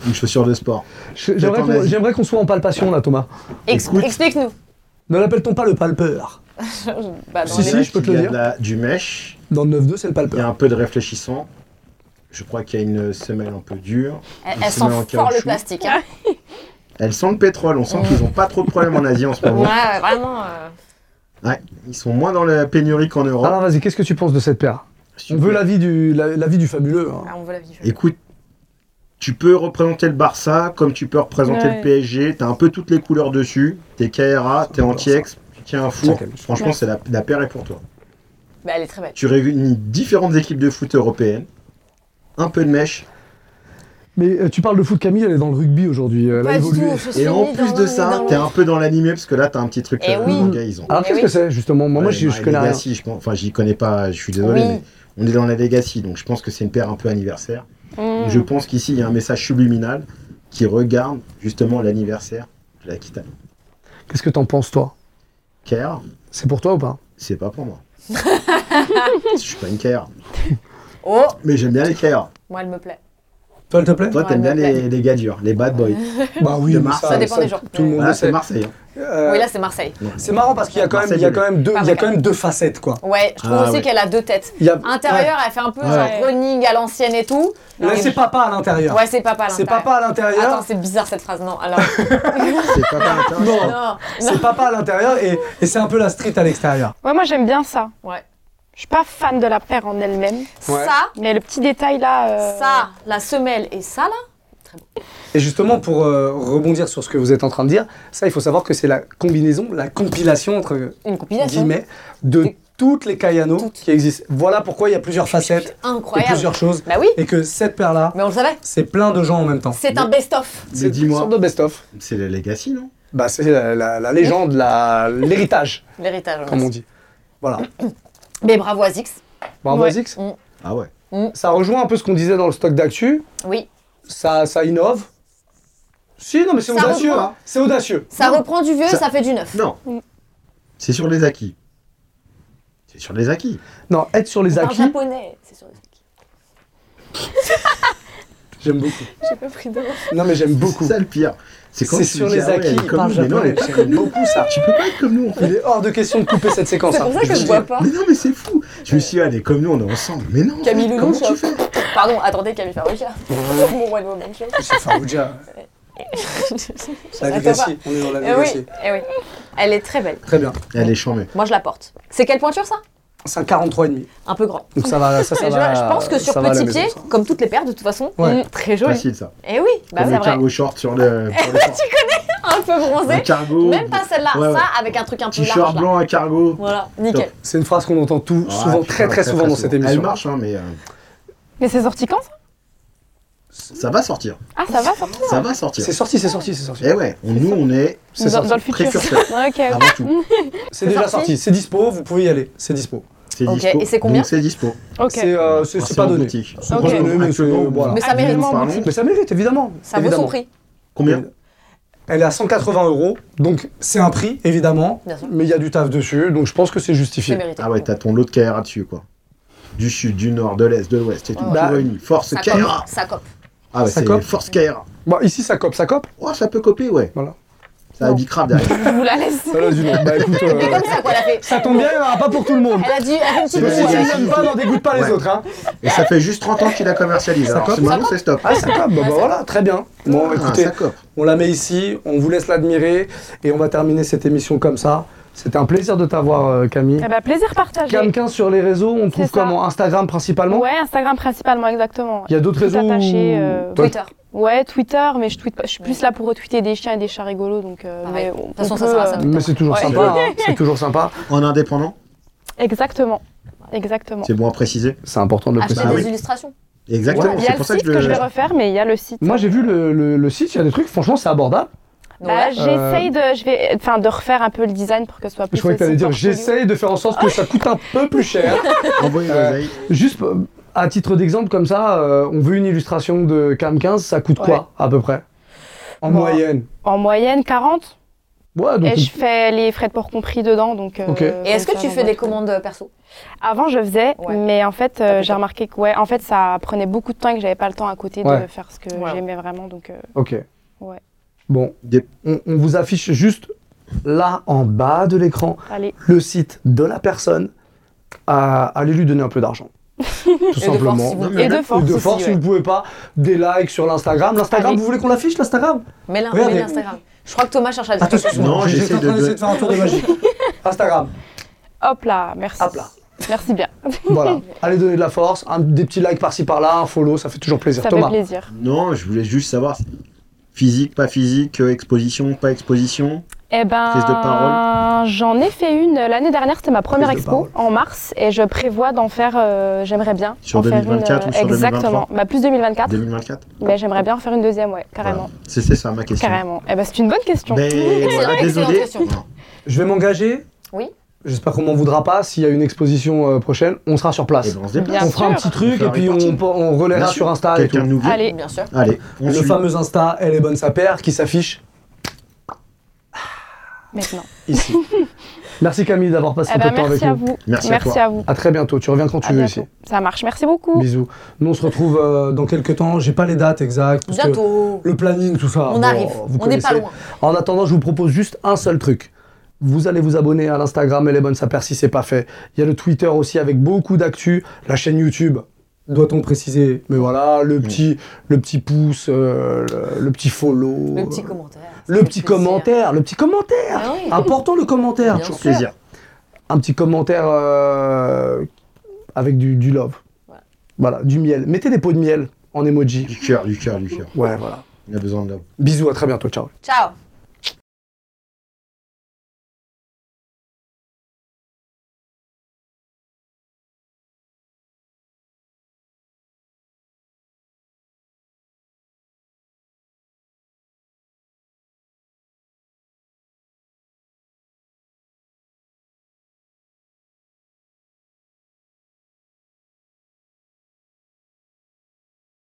[SPEAKER 2] une chaussure de sport.
[SPEAKER 1] Je- J'aimerais
[SPEAKER 2] Attends,
[SPEAKER 1] qu'on-
[SPEAKER 2] vas-y.
[SPEAKER 1] j'aimerais qu'on soit en palpation là, Thomas.
[SPEAKER 3] Ex-
[SPEAKER 2] Écoute.
[SPEAKER 3] Explique-nous.
[SPEAKER 1] Ne l'appelle-t-on pas le palpeur
[SPEAKER 3] Bah, dans
[SPEAKER 1] Si,
[SPEAKER 3] les-
[SPEAKER 1] si. je peux te le
[SPEAKER 2] Il y a
[SPEAKER 1] dire.
[SPEAKER 2] de la- du mèche,
[SPEAKER 1] Dans le 9-2, c'est le
[SPEAKER 2] il y a
[SPEAKER 1] palpeur.
[SPEAKER 2] un peu de réfléchissant. Je crois qu'il y a une semelle un peu dure.
[SPEAKER 3] Elle,
[SPEAKER 2] Il
[SPEAKER 3] elle
[SPEAKER 2] se met en
[SPEAKER 3] sent fort le
[SPEAKER 2] caoutchouc.
[SPEAKER 3] plastique. Hein.
[SPEAKER 2] Elle sent le pétrole, on sent
[SPEAKER 3] Mm.
[SPEAKER 2] qu'ils n'ont pas trop de problèmes en Asie en
[SPEAKER 1] Ah
[SPEAKER 2] ce
[SPEAKER 3] *laughs*
[SPEAKER 2] moment.
[SPEAKER 3] Ouais, vraiment. euh,
[SPEAKER 2] Ouais, ils sont moins dans la pénurie qu'en Europe.
[SPEAKER 1] Alors Ah, vas-y, qu'est-ce que tu penses de cette paire On veut l'avis du, la, l'avis du fabuleux. hein.
[SPEAKER 3] ah, on veut la vie.
[SPEAKER 2] Écoute, tu peux représenter le Barça comme tu peux représenter
[SPEAKER 4] Ouais.
[SPEAKER 2] le PSG. T'as un peu toutes les couleurs dessus. T'es KRA, t'es
[SPEAKER 1] J'adore
[SPEAKER 2] anti-ex, tu tiens un
[SPEAKER 1] Ça
[SPEAKER 2] four.
[SPEAKER 1] calme.
[SPEAKER 2] Franchement,
[SPEAKER 4] Ouais.
[SPEAKER 2] c'est la, la paire est pour toi.
[SPEAKER 3] Bah, elle est très belle.
[SPEAKER 2] Tu réunis différentes équipes de foot européennes. Un peu de mèche.
[SPEAKER 1] Mais euh, tu parles de foot Camille, elle est dans le rugby aujourd'hui. euh, Elle a
[SPEAKER 3] Pas du
[SPEAKER 1] évolué.
[SPEAKER 3] tout. Je suis
[SPEAKER 2] Et en
[SPEAKER 3] ni
[SPEAKER 2] plus
[SPEAKER 3] dans
[SPEAKER 2] de
[SPEAKER 3] l'un, ni
[SPEAKER 2] ça,
[SPEAKER 3] dans
[SPEAKER 2] t'es
[SPEAKER 3] l'autre.
[SPEAKER 2] un peu dans l'animé parce que là, t'as un petit truc.
[SPEAKER 3] Eh
[SPEAKER 2] euh,
[SPEAKER 3] oui.
[SPEAKER 2] les gars, ils ont.
[SPEAKER 1] Alors
[SPEAKER 3] Mais
[SPEAKER 1] qu'est-ce
[SPEAKER 3] oui.
[SPEAKER 1] que c'est justement Ah, Moi, moi,
[SPEAKER 2] Ouais, bah,
[SPEAKER 1] je, je
[SPEAKER 2] My
[SPEAKER 1] connais rien.
[SPEAKER 2] Legacy, je pense- Enfin, j'y connais pas, je suis désolé,
[SPEAKER 3] Oui.
[SPEAKER 2] mais on est dans la Legacy, donc je pense que c'est une paire un peu anniversaire.
[SPEAKER 4] Mm.
[SPEAKER 2] Je pense qu'ici, il y a un message subliminal qui regarde justement l'anniversaire de l'Aquitaine.
[SPEAKER 1] Qu'est-ce que t'en penses toi
[SPEAKER 2] Car,
[SPEAKER 1] C'est pour toi ou pas
[SPEAKER 2] c'est pas
[SPEAKER 3] *laughs*
[SPEAKER 2] pour moi. je suis pas une KR.
[SPEAKER 3] Oh,
[SPEAKER 2] Mais j'aime bien les KR.
[SPEAKER 3] moi, elle me plaît.
[SPEAKER 1] Toi, elle te plaît
[SPEAKER 2] Toi, t'aimes bien
[SPEAKER 3] Ouais, ouais.
[SPEAKER 2] les, les gars durs, les bad boys.
[SPEAKER 1] Bah oui,
[SPEAKER 2] De
[SPEAKER 1] mais
[SPEAKER 2] Mars,
[SPEAKER 1] ça,
[SPEAKER 2] ça
[SPEAKER 3] dépend des jours.
[SPEAKER 1] Tout le monde
[SPEAKER 2] Voilà,
[SPEAKER 1] le
[SPEAKER 2] c'est
[SPEAKER 1] sait.
[SPEAKER 2] Marseille. hein.
[SPEAKER 1] Euh,
[SPEAKER 3] Oui, là, c'est Marseille.
[SPEAKER 1] c'est marrant parce qu'il y a quand même, il y a quand même deux, il y a quand même deux facettes quoi.
[SPEAKER 3] Ouais, je trouve
[SPEAKER 2] Ah,
[SPEAKER 3] aussi
[SPEAKER 2] ouais.
[SPEAKER 3] qu'elle a deux têtes.
[SPEAKER 1] Il y a-
[SPEAKER 3] Intérieur, elle fait un peu genre
[SPEAKER 4] Ouais.
[SPEAKER 3] running à l'ancienne et tout.
[SPEAKER 1] ouais. Là, c'est papa à l'intérieur.
[SPEAKER 3] Ouais, c'est papa là.
[SPEAKER 1] c'est papa à l'intérieur.
[SPEAKER 3] Attends, c'est bizarre cette phrase. Non, alors.
[SPEAKER 2] C'est pas mal
[SPEAKER 1] *laughs*
[SPEAKER 2] intéressant.
[SPEAKER 1] Non,
[SPEAKER 3] non,
[SPEAKER 1] c'est papa à l'intérieur et, et c'est un peu la street à l'extérieur.
[SPEAKER 4] Ouais, moi j'aime bien ça.
[SPEAKER 3] Ouais.
[SPEAKER 4] Je suis pas fan de la paire en elle-même,
[SPEAKER 1] Ouais.
[SPEAKER 3] ça,
[SPEAKER 4] mais le petit détail là. euh,
[SPEAKER 3] ça, la semelle et ça là.
[SPEAKER 1] Et justement, pour euh, rebondir sur ce que vous êtes en train de dire, ça, il faut savoir que c'est la combinaison, la compilation, entre
[SPEAKER 3] Une compilation.
[SPEAKER 1] guillemets, de
[SPEAKER 3] Des-
[SPEAKER 1] toutes les Kayano
[SPEAKER 3] hein. Toutes.
[SPEAKER 1] qui existent. Voilà pourquoi il y a plusieurs facettes et
[SPEAKER 3] Incroyable.
[SPEAKER 1] plusieurs choses.
[SPEAKER 3] Bah oui,
[SPEAKER 1] Et que cette paire-là,
[SPEAKER 3] mais on le savait.
[SPEAKER 1] c'est plein de gens en même temps.
[SPEAKER 3] C'est un best-of.
[SPEAKER 2] Mais
[SPEAKER 1] une
[SPEAKER 2] dis-moi,
[SPEAKER 1] sorte de best-of.
[SPEAKER 2] c'est la Legacy, non
[SPEAKER 1] Bah, c'est la, la- la légende, la- l'héritage,
[SPEAKER 3] *laughs* L'héritage.
[SPEAKER 1] comme on dit. Voilà.
[SPEAKER 3] Mais bravo Azix.
[SPEAKER 1] Bravo
[SPEAKER 4] Ouais.
[SPEAKER 1] Azix.
[SPEAKER 2] Ah ouais.
[SPEAKER 1] Ça rejoint un peu ce qu'on disait dans le stock d'actu.
[SPEAKER 3] Oui.
[SPEAKER 1] Ça, ça innove. Si, non, mais c'est
[SPEAKER 3] Ça
[SPEAKER 1] audacieux.
[SPEAKER 3] reprend.
[SPEAKER 1] hein. C'est audacieux.
[SPEAKER 3] Ça reprend du vieux, ça,
[SPEAKER 2] Ça-
[SPEAKER 3] fait du neuf.
[SPEAKER 2] Non.
[SPEAKER 4] Mm.
[SPEAKER 2] C'est sur les acquis. C'est sur les acquis.
[SPEAKER 1] Non, être sur les
[SPEAKER 3] En
[SPEAKER 1] acquis,
[SPEAKER 3] japonais, c'est sur le
[SPEAKER 1] j'aime beaucoup.
[SPEAKER 3] J'ai pas pris de
[SPEAKER 1] Non, mais j'aime beaucoup.
[SPEAKER 2] C'est ça le pire. C'est quand
[SPEAKER 1] C'est
[SPEAKER 2] tu
[SPEAKER 1] sur
[SPEAKER 2] dis,
[SPEAKER 1] les
[SPEAKER 2] ah ouais,
[SPEAKER 1] acquis,
[SPEAKER 2] elle est
[SPEAKER 1] il
[SPEAKER 2] comme
[SPEAKER 1] parle
[SPEAKER 2] nous, mais non, elle est
[SPEAKER 1] japonais. J'aime beaucoup ça.
[SPEAKER 2] Tu peux pas être comme nous, en fait.
[SPEAKER 1] Il est hors de question de couper cette séquence.
[SPEAKER 3] C'est pour
[SPEAKER 1] hein.
[SPEAKER 3] ça que
[SPEAKER 1] Je
[SPEAKER 3] je
[SPEAKER 1] vous
[SPEAKER 3] vois
[SPEAKER 1] dis.
[SPEAKER 3] pas.
[SPEAKER 2] Mais non, mais c'est fou. Je me suis dit, allez, comme nous, on est ensemble. Mais non,
[SPEAKER 3] Camille hein.
[SPEAKER 2] comment
[SPEAKER 3] Loulou,
[SPEAKER 2] tu
[SPEAKER 3] ça.
[SPEAKER 2] fais
[SPEAKER 3] Pardon, attendez Camille Farrugia.
[SPEAKER 1] *laughs*
[SPEAKER 3] Mon one woman show.
[SPEAKER 1] C'est Farouja. La
[SPEAKER 3] Attends
[SPEAKER 1] Legacy. On est dans la
[SPEAKER 3] Eh
[SPEAKER 1] Legacy.
[SPEAKER 3] oui, eh oui. Elle est très belle.
[SPEAKER 1] Très bien.
[SPEAKER 2] Elle est chambée.
[SPEAKER 3] Moi je la porte. C'est quelle pointure ça
[SPEAKER 1] C'est un 43,5.
[SPEAKER 3] Un peu grand.
[SPEAKER 1] Donc ça va, ça, ça
[SPEAKER 3] Mais je,
[SPEAKER 1] va.
[SPEAKER 3] je pense que sur
[SPEAKER 1] ça va à la
[SPEAKER 3] petit
[SPEAKER 1] maison,
[SPEAKER 3] pied,
[SPEAKER 1] ça.
[SPEAKER 3] comme toutes les paires de toute façon,
[SPEAKER 1] Ouais.
[SPEAKER 3] mm, très joli.
[SPEAKER 2] Facile, ça.
[SPEAKER 3] Eh oui, bah
[SPEAKER 2] Comme
[SPEAKER 3] c'est
[SPEAKER 2] le
[SPEAKER 3] vrai.
[SPEAKER 2] cargo short sur
[SPEAKER 3] *laughs*
[SPEAKER 2] le. pour le short.
[SPEAKER 3] Un peu
[SPEAKER 2] Un
[SPEAKER 3] bronzé.
[SPEAKER 2] cargo.
[SPEAKER 3] Même pas celle-là,
[SPEAKER 2] Ouais, ouais.
[SPEAKER 3] ça avec un truc un peu
[SPEAKER 2] T-shirt
[SPEAKER 3] large. là.
[SPEAKER 2] blanc, un cargo.
[SPEAKER 3] Voilà, nickel.
[SPEAKER 1] C'est une phrase qu'on entend tout,
[SPEAKER 2] Ah,
[SPEAKER 1] souvent,
[SPEAKER 2] putain,
[SPEAKER 1] très très souvent dans cette émission.
[SPEAKER 2] Elle marche, hein, mais euh,
[SPEAKER 4] Mais c'est sorti quand ça
[SPEAKER 2] ça va sortir.
[SPEAKER 4] Ah, ça va sorti
[SPEAKER 2] Ça va sortir.
[SPEAKER 1] C'est sorti, c'est sorti, c'est sorti.
[SPEAKER 2] Eh ouais, on- nous, on est
[SPEAKER 1] C'est
[SPEAKER 4] dans,
[SPEAKER 1] sorti.
[SPEAKER 4] dans le futur.
[SPEAKER 2] précurseur.
[SPEAKER 4] Ouais, ok.
[SPEAKER 1] Ah
[SPEAKER 2] avant tout.
[SPEAKER 3] Mm.
[SPEAKER 1] C'est déjà sorti, c'est dispo, vous pouvez y aller, c'est dispo.
[SPEAKER 2] C'est
[SPEAKER 3] Ok,
[SPEAKER 2] dispo.
[SPEAKER 3] et c'est combien
[SPEAKER 2] Donc, C'est dispo.
[SPEAKER 4] Ok.
[SPEAKER 1] C'est euh, c'est-
[SPEAKER 2] Alors,
[SPEAKER 1] c'est pas
[SPEAKER 2] Ah, en
[SPEAKER 1] donné.
[SPEAKER 2] boutique.
[SPEAKER 1] C'est
[SPEAKER 4] Ok.
[SPEAKER 1] pas donné, mais c'est- euh,
[SPEAKER 2] Actuellement,
[SPEAKER 1] voilà.
[SPEAKER 3] Mais ça mérite.
[SPEAKER 2] nous parlons.
[SPEAKER 1] Mais ça mérite, évidemment.
[SPEAKER 3] Ça vaut son
[SPEAKER 1] évidemment.
[SPEAKER 3] prix.
[SPEAKER 2] Combien
[SPEAKER 1] Elle est à 180 euros, donc c'est un prix, évidemment,
[SPEAKER 3] Bien sûr.
[SPEAKER 1] mais il y a du taf dessus, donc je pense que c'est
[SPEAKER 3] C'est
[SPEAKER 1] justifié.
[SPEAKER 3] mérité.
[SPEAKER 2] Ah ouais, t'as ton lot de KRA dessus, quoi. Du sud, du nord, de l'est, de l'ouest, et tout.
[SPEAKER 4] Oh.
[SPEAKER 1] Ouais.
[SPEAKER 2] Tout
[SPEAKER 1] Bah,
[SPEAKER 2] réuni. Force
[SPEAKER 3] ça
[SPEAKER 2] KRA
[SPEAKER 3] cope. Ça cope.
[SPEAKER 2] Ah ouais,
[SPEAKER 1] Ça
[SPEAKER 2] c'est
[SPEAKER 1] cope.
[SPEAKER 2] force KRA.
[SPEAKER 1] Bon, ici, ça cope, ça
[SPEAKER 2] *laughs*
[SPEAKER 1] cope
[SPEAKER 2] Oh, ça peut copier, ouais.
[SPEAKER 1] Voilà.
[SPEAKER 2] Ça a
[SPEAKER 1] Non.
[SPEAKER 2] bicrave
[SPEAKER 4] *laughs*
[SPEAKER 2] derrière.
[SPEAKER 4] Je vous la laisse.
[SPEAKER 1] Ça, là, du nom. Bah écoute, euh,
[SPEAKER 3] Mais comme ça quoi, elle a fait.
[SPEAKER 1] ça tombe bien, il n'y en aura pas pour tout le monde.
[SPEAKER 3] Elle a dû. Elle a fait
[SPEAKER 1] Donc
[SPEAKER 3] une petite
[SPEAKER 1] si
[SPEAKER 2] Ouais.
[SPEAKER 1] tu
[SPEAKER 3] bouche.
[SPEAKER 1] n'aimes pas, n'en dégoûte pas les
[SPEAKER 2] Ouais.
[SPEAKER 1] autres. Hein.
[SPEAKER 2] Et ça fait juste 30 ans qu'il la commercialise. Alors,
[SPEAKER 1] cope,
[SPEAKER 2] c'est
[SPEAKER 1] ça
[SPEAKER 2] maintenant, c'est stop.
[SPEAKER 1] Ah, ça cope, bah, bah,
[SPEAKER 3] ça
[SPEAKER 1] voilà, très bien. Bon,
[SPEAKER 2] Ah,
[SPEAKER 1] écoutez,
[SPEAKER 2] ça cope.
[SPEAKER 1] on la met ici, on vous laisse l'admirer, et on va terminer cette émission comme ça. C'était un plaisir de t'avoir, euh, Camille.
[SPEAKER 4] Eh ben, plaisir partagé.
[SPEAKER 1] Camquin sur les réseaux, on te trouve
[SPEAKER 4] C'est ça.
[SPEAKER 1] comment Instagram principalement
[SPEAKER 4] Ouais, Instagram principalement, exactement.
[SPEAKER 1] Il y a d'autres
[SPEAKER 4] Tout
[SPEAKER 1] réseaux
[SPEAKER 4] attaché,
[SPEAKER 1] où-
[SPEAKER 4] euh,
[SPEAKER 1] Toi,
[SPEAKER 3] Twitter.
[SPEAKER 4] Ouais, Twitter, mais je tweete pas. Je suis plus là pour retweeter des chiens et des chats rigolos, donc. euh,
[SPEAKER 3] Pareil.
[SPEAKER 4] mais
[SPEAKER 3] Ah De
[SPEAKER 4] on-
[SPEAKER 3] toute façon,
[SPEAKER 4] on
[SPEAKER 3] ça
[SPEAKER 4] peut,
[SPEAKER 3] sert à ça.
[SPEAKER 4] euh,
[SPEAKER 1] Mais c'est toujours
[SPEAKER 4] Ouais.
[SPEAKER 1] sympa,
[SPEAKER 4] *laughs*
[SPEAKER 1] hein, c'est toujours sympa.
[SPEAKER 2] En indépendant,
[SPEAKER 4] Exactement. Exactement.
[SPEAKER 2] c'est bon à préciser.
[SPEAKER 1] C'est important de le
[SPEAKER 3] Acheter
[SPEAKER 1] préciser.
[SPEAKER 4] Ah,
[SPEAKER 2] bah
[SPEAKER 3] des
[SPEAKER 2] oui.
[SPEAKER 3] illustrations.
[SPEAKER 2] Exactement,
[SPEAKER 4] Il y
[SPEAKER 2] c'est
[SPEAKER 4] a le
[SPEAKER 2] pour ça que
[SPEAKER 4] site
[SPEAKER 2] je
[SPEAKER 4] que,
[SPEAKER 2] le-
[SPEAKER 4] je vais refaire, mais il y a le site.
[SPEAKER 1] Moi, j'ai vu le, le- le site, il y a des trucs, franchement, c'est abordable.
[SPEAKER 3] Donc,
[SPEAKER 4] Bah,
[SPEAKER 3] ouais.
[SPEAKER 4] J'essaye de, je vais, enfin, de refaire un peu le design pour que ce soit plus.
[SPEAKER 1] Je croyais que t'allais
[SPEAKER 4] aussi
[SPEAKER 1] dire,
[SPEAKER 4] portfolio.
[SPEAKER 1] j'essaye de faire en sorte que ça coûte un peu plus cher.
[SPEAKER 2] Envoyez vos
[SPEAKER 1] Euh,
[SPEAKER 2] aïe.
[SPEAKER 1] Juste euh, à titre d'exemple, comme ça, euh, on veut une illustration de Cam 15, ça coûte
[SPEAKER 4] Ouais.
[SPEAKER 1] quoi à peu près En
[SPEAKER 4] Bon.
[SPEAKER 1] moyenne
[SPEAKER 4] En moyenne 40.
[SPEAKER 1] Ouais, donc.
[SPEAKER 4] et je fais les frais de port compris dedans. Donc, euh,
[SPEAKER 1] Ok. Et
[SPEAKER 3] Et est-ce
[SPEAKER 4] comme
[SPEAKER 3] que
[SPEAKER 4] ça,
[SPEAKER 3] tu
[SPEAKER 4] on
[SPEAKER 3] fais
[SPEAKER 4] voit
[SPEAKER 3] des
[SPEAKER 4] tout.
[SPEAKER 3] commandes euh, perso
[SPEAKER 4] Avant, je faisais,
[SPEAKER 3] Ouais.
[SPEAKER 4] mais en fait, euh,
[SPEAKER 3] T'as plus
[SPEAKER 4] j'ai
[SPEAKER 3] le
[SPEAKER 4] remarqué que ouais, en fait, ça prenait beaucoup de temps et que j'avais pas le temps à côté
[SPEAKER 1] Ouais.
[SPEAKER 4] de faire ce que
[SPEAKER 3] Ouais.
[SPEAKER 4] j'aimais vraiment. Donc, euh,
[SPEAKER 1] Ok.
[SPEAKER 4] Ouais.
[SPEAKER 1] Bon,
[SPEAKER 2] Des-
[SPEAKER 1] on, on vous affiche juste là en bas de l'écran
[SPEAKER 4] allez.
[SPEAKER 1] le site de la personne. à- Allez lui donner un peu
[SPEAKER 4] *laughs*
[SPEAKER 1] d'argent. Tout
[SPEAKER 3] Et de force,
[SPEAKER 1] simplement.
[SPEAKER 3] si vous-
[SPEAKER 2] Non, mais
[SPEAKER 4] Et de
[SPEAKER 1] Ou
[SPEAKER 4] force.
[SPEAKER 1] de
[SPEAKER 4] aussi,
[SPEAKER 1] force, si
[SPEAKER 4] ouais.
[SPEAKER 1] vous pouvez pas, des likes sur l'Instagram. L'Instagram,
[SPEAKER 4] Allez.
[SPEAKER 1] vous voulez qu'on l'affiche l'Instagram
[SPEAKER 3] Mets l'in-
[SPEAKER 1] Regardez.
[SPEAKER 3] mets l'Instagram. Je crois que Thomas cherche à le
[SPEAKER 1] Attention,
[SPEAKER 2] Non,
[SPEAKER 1] j'étais
[SPEAKER 2] j'essaie
[SPEAKER 1] en train
[SPEAKER 2] de-
[SPEAKER 1] d'essayer de faire un tour de
[SPEAKER 2] *laughs*
[SPEAKER 1] magie. Instagram,
[SPEAKER 4] Hop là, merci.
[SPEAKER 1] hop là.
[SPEAKER 4] Merci bien. *laughs*
[SPEAKER 1] Voilà, allez donner de la force, un- des petits likes par-ci par-là, un follow, ça fait toujours plaisir.
[SPEAKER 4] Ça
[SPEAKER 1] Thomas,
[SPEAKER 4] fait plaisir.
[SPEAKER 2] Non, je voulais juste savoir si- physique, pas physique, euh, exposition, pas exposition.
[SPEAKER 4] Eh ben,
[SPEAKER 2] Prise de parole.
[SPEAKER 4] j'en ai fait une l'année dernière. C'était ma première
[SPEAKER 1] Prise de
[SPEAKER 4] expo en mars et je prévois d'en faire. euh, j'aimerais bien
[SPEAKER 2] Sur
[SPEAKER 4] en faire une,
[SPEAKER 2] 2024 ou sur
[SPEAKER 4] Exactement.
[SPEAKER 2] 2023?
[SPEAKER 4] Bah, plus 2024,
[SPEAKER 2] 2024
[SPEAKER 4] mais j'aimerais bien en faire une deuxième, ouais, carrément,
[SPEAKER 2] Voilà. C'était ça ma question.
[SPEAKER 4] carrément. Eh ben, c'est une bonne question.
[SPEAKER 2] Mais voilà,
[SPEAKER 3] Excellente
[SPEAKER 2] désolé.
[SPEAKER 3] question.
[SPEAKER 2] Non.
[SPEAKER 1] je vais m'engager.
[SPEAKER 3] Oui.
[SPEAKER 1] J'espère qu'on m'en voudra pas. S'il y a une exposition euh, prochaine, on sera sur
[SPEAKER 2] Eh
[SPEAKER 1] place.
[SPEAKER 2] ben, on se déplace.
[SPEAKER 4] Bien
[SPEAKER 1] on fera un
[SPEAKER 4] sûr.
[SPEAKER 1] petit
[SPEAKER 2] On
[SPEAKER 1] truc
[SPEAKER 2] fera
[SPEAKER 1] et puis
[SPEAKER 2] une
[SPEAKER 1] on,
[SPEAKER 2] partie.
[SPEAKER 1] on
[SPEAKER 2] Bien
[SPEAKER 1] relaiera
[SPEAKER 2] sûr.
[SPEAKER 1] sur Insta et tout.
[SPEAKER 2] Quelqu'un de nouveau.
[SPEAKER 4] Allez,
[SPEAKER 3] Bien sûr.
[SPEAKER 2] Allez, on
[SPEAKER 1] Le
[SPEAKER 2] suit.
[SPEAKER 1] fameux Insta, elle est bonne sa paire, qui s'affiche
[SPEAKER 4] maintenant.
[SPEAKER 1] ici. Merci Camille d'avoir passé
[SPEAKER 4] Eh
[SPEAKER 1] un peu
[SPEAKER 4] ben,
[SPEAKER 1] de temps avec
[SPEAKER 4] merci à
[SPEAKER 1] nous.
[SPEAKER 4] vous.
[SPEAKER 2] Merci à toi.
[SPEAKER 4] à vous.
[SPEAKER 1] À très bientôt. Tu reviens quand
[SPEAKER 4] À
[SPEAKER 1] tu veux
[SPEAKER 4] bientôt.
[SPEAKER 1] ici.
[SPEAKER 4] Ça marche. Merci beaucoup.
[SPEAKER 1] Bisous. Nous on se retrouve euh, dans quelques temps. J'ai pas les dates exactes. parce que
[SPEAKER 3] Bientôt.
[SPEAKER 1] Le planning, tout ça.
[SPEAKER 3] On
[SPEAKER 1] bon,
[SPEAKER 3] arrive.
[SPEAKER 1] vous
[SPEAKER 3] On n'est pas
[SPEAKER 1] connaissez.
[SPEAKER 3] loin.
[SPEAKER 1] En attendant, je vous propose juste un seul truc. Vous allez vous abonner à l'Instagram et les bonnes sapeurs si c'est pas fait. Il y a le Twitter aussi avec beaucoup d'actu, la chaîne YouTube. Doit-on préciser Mais voilà, le petit, le petit pouce, euh, le, le petit follow, euh,
[SPEAKER 3] Le petit commentaire.
[SPEAKER 1] le petit commentaire, le petit
[SPEAKER 3] *laughs*
[SPEAKER 1] commentaire.
[SPEAKER 3] Ah oui.
[SPEAKER 1] Important le commentaire.
[SPEAKER 3] Bien sûr.
[SPEAKER 2] Plaisir.
[SPEAKER 1] Un petit commentaire euh, avec du, du love.
[SPEAKER 3] Voilà.
[SPEAKER 1] Voilà, du miel. Mettez des pots de miel en emoji.
[SPEAKER 2] Du cœur, du cœur, du cœur.
[SPEAKER 1] Ouais, voilà.
[SPEAKER 2] On a besoin de l'homme.
[SPEAKER 1] Bisous, à très bientôt, ciao.
[SPEAKER 3] Ciao.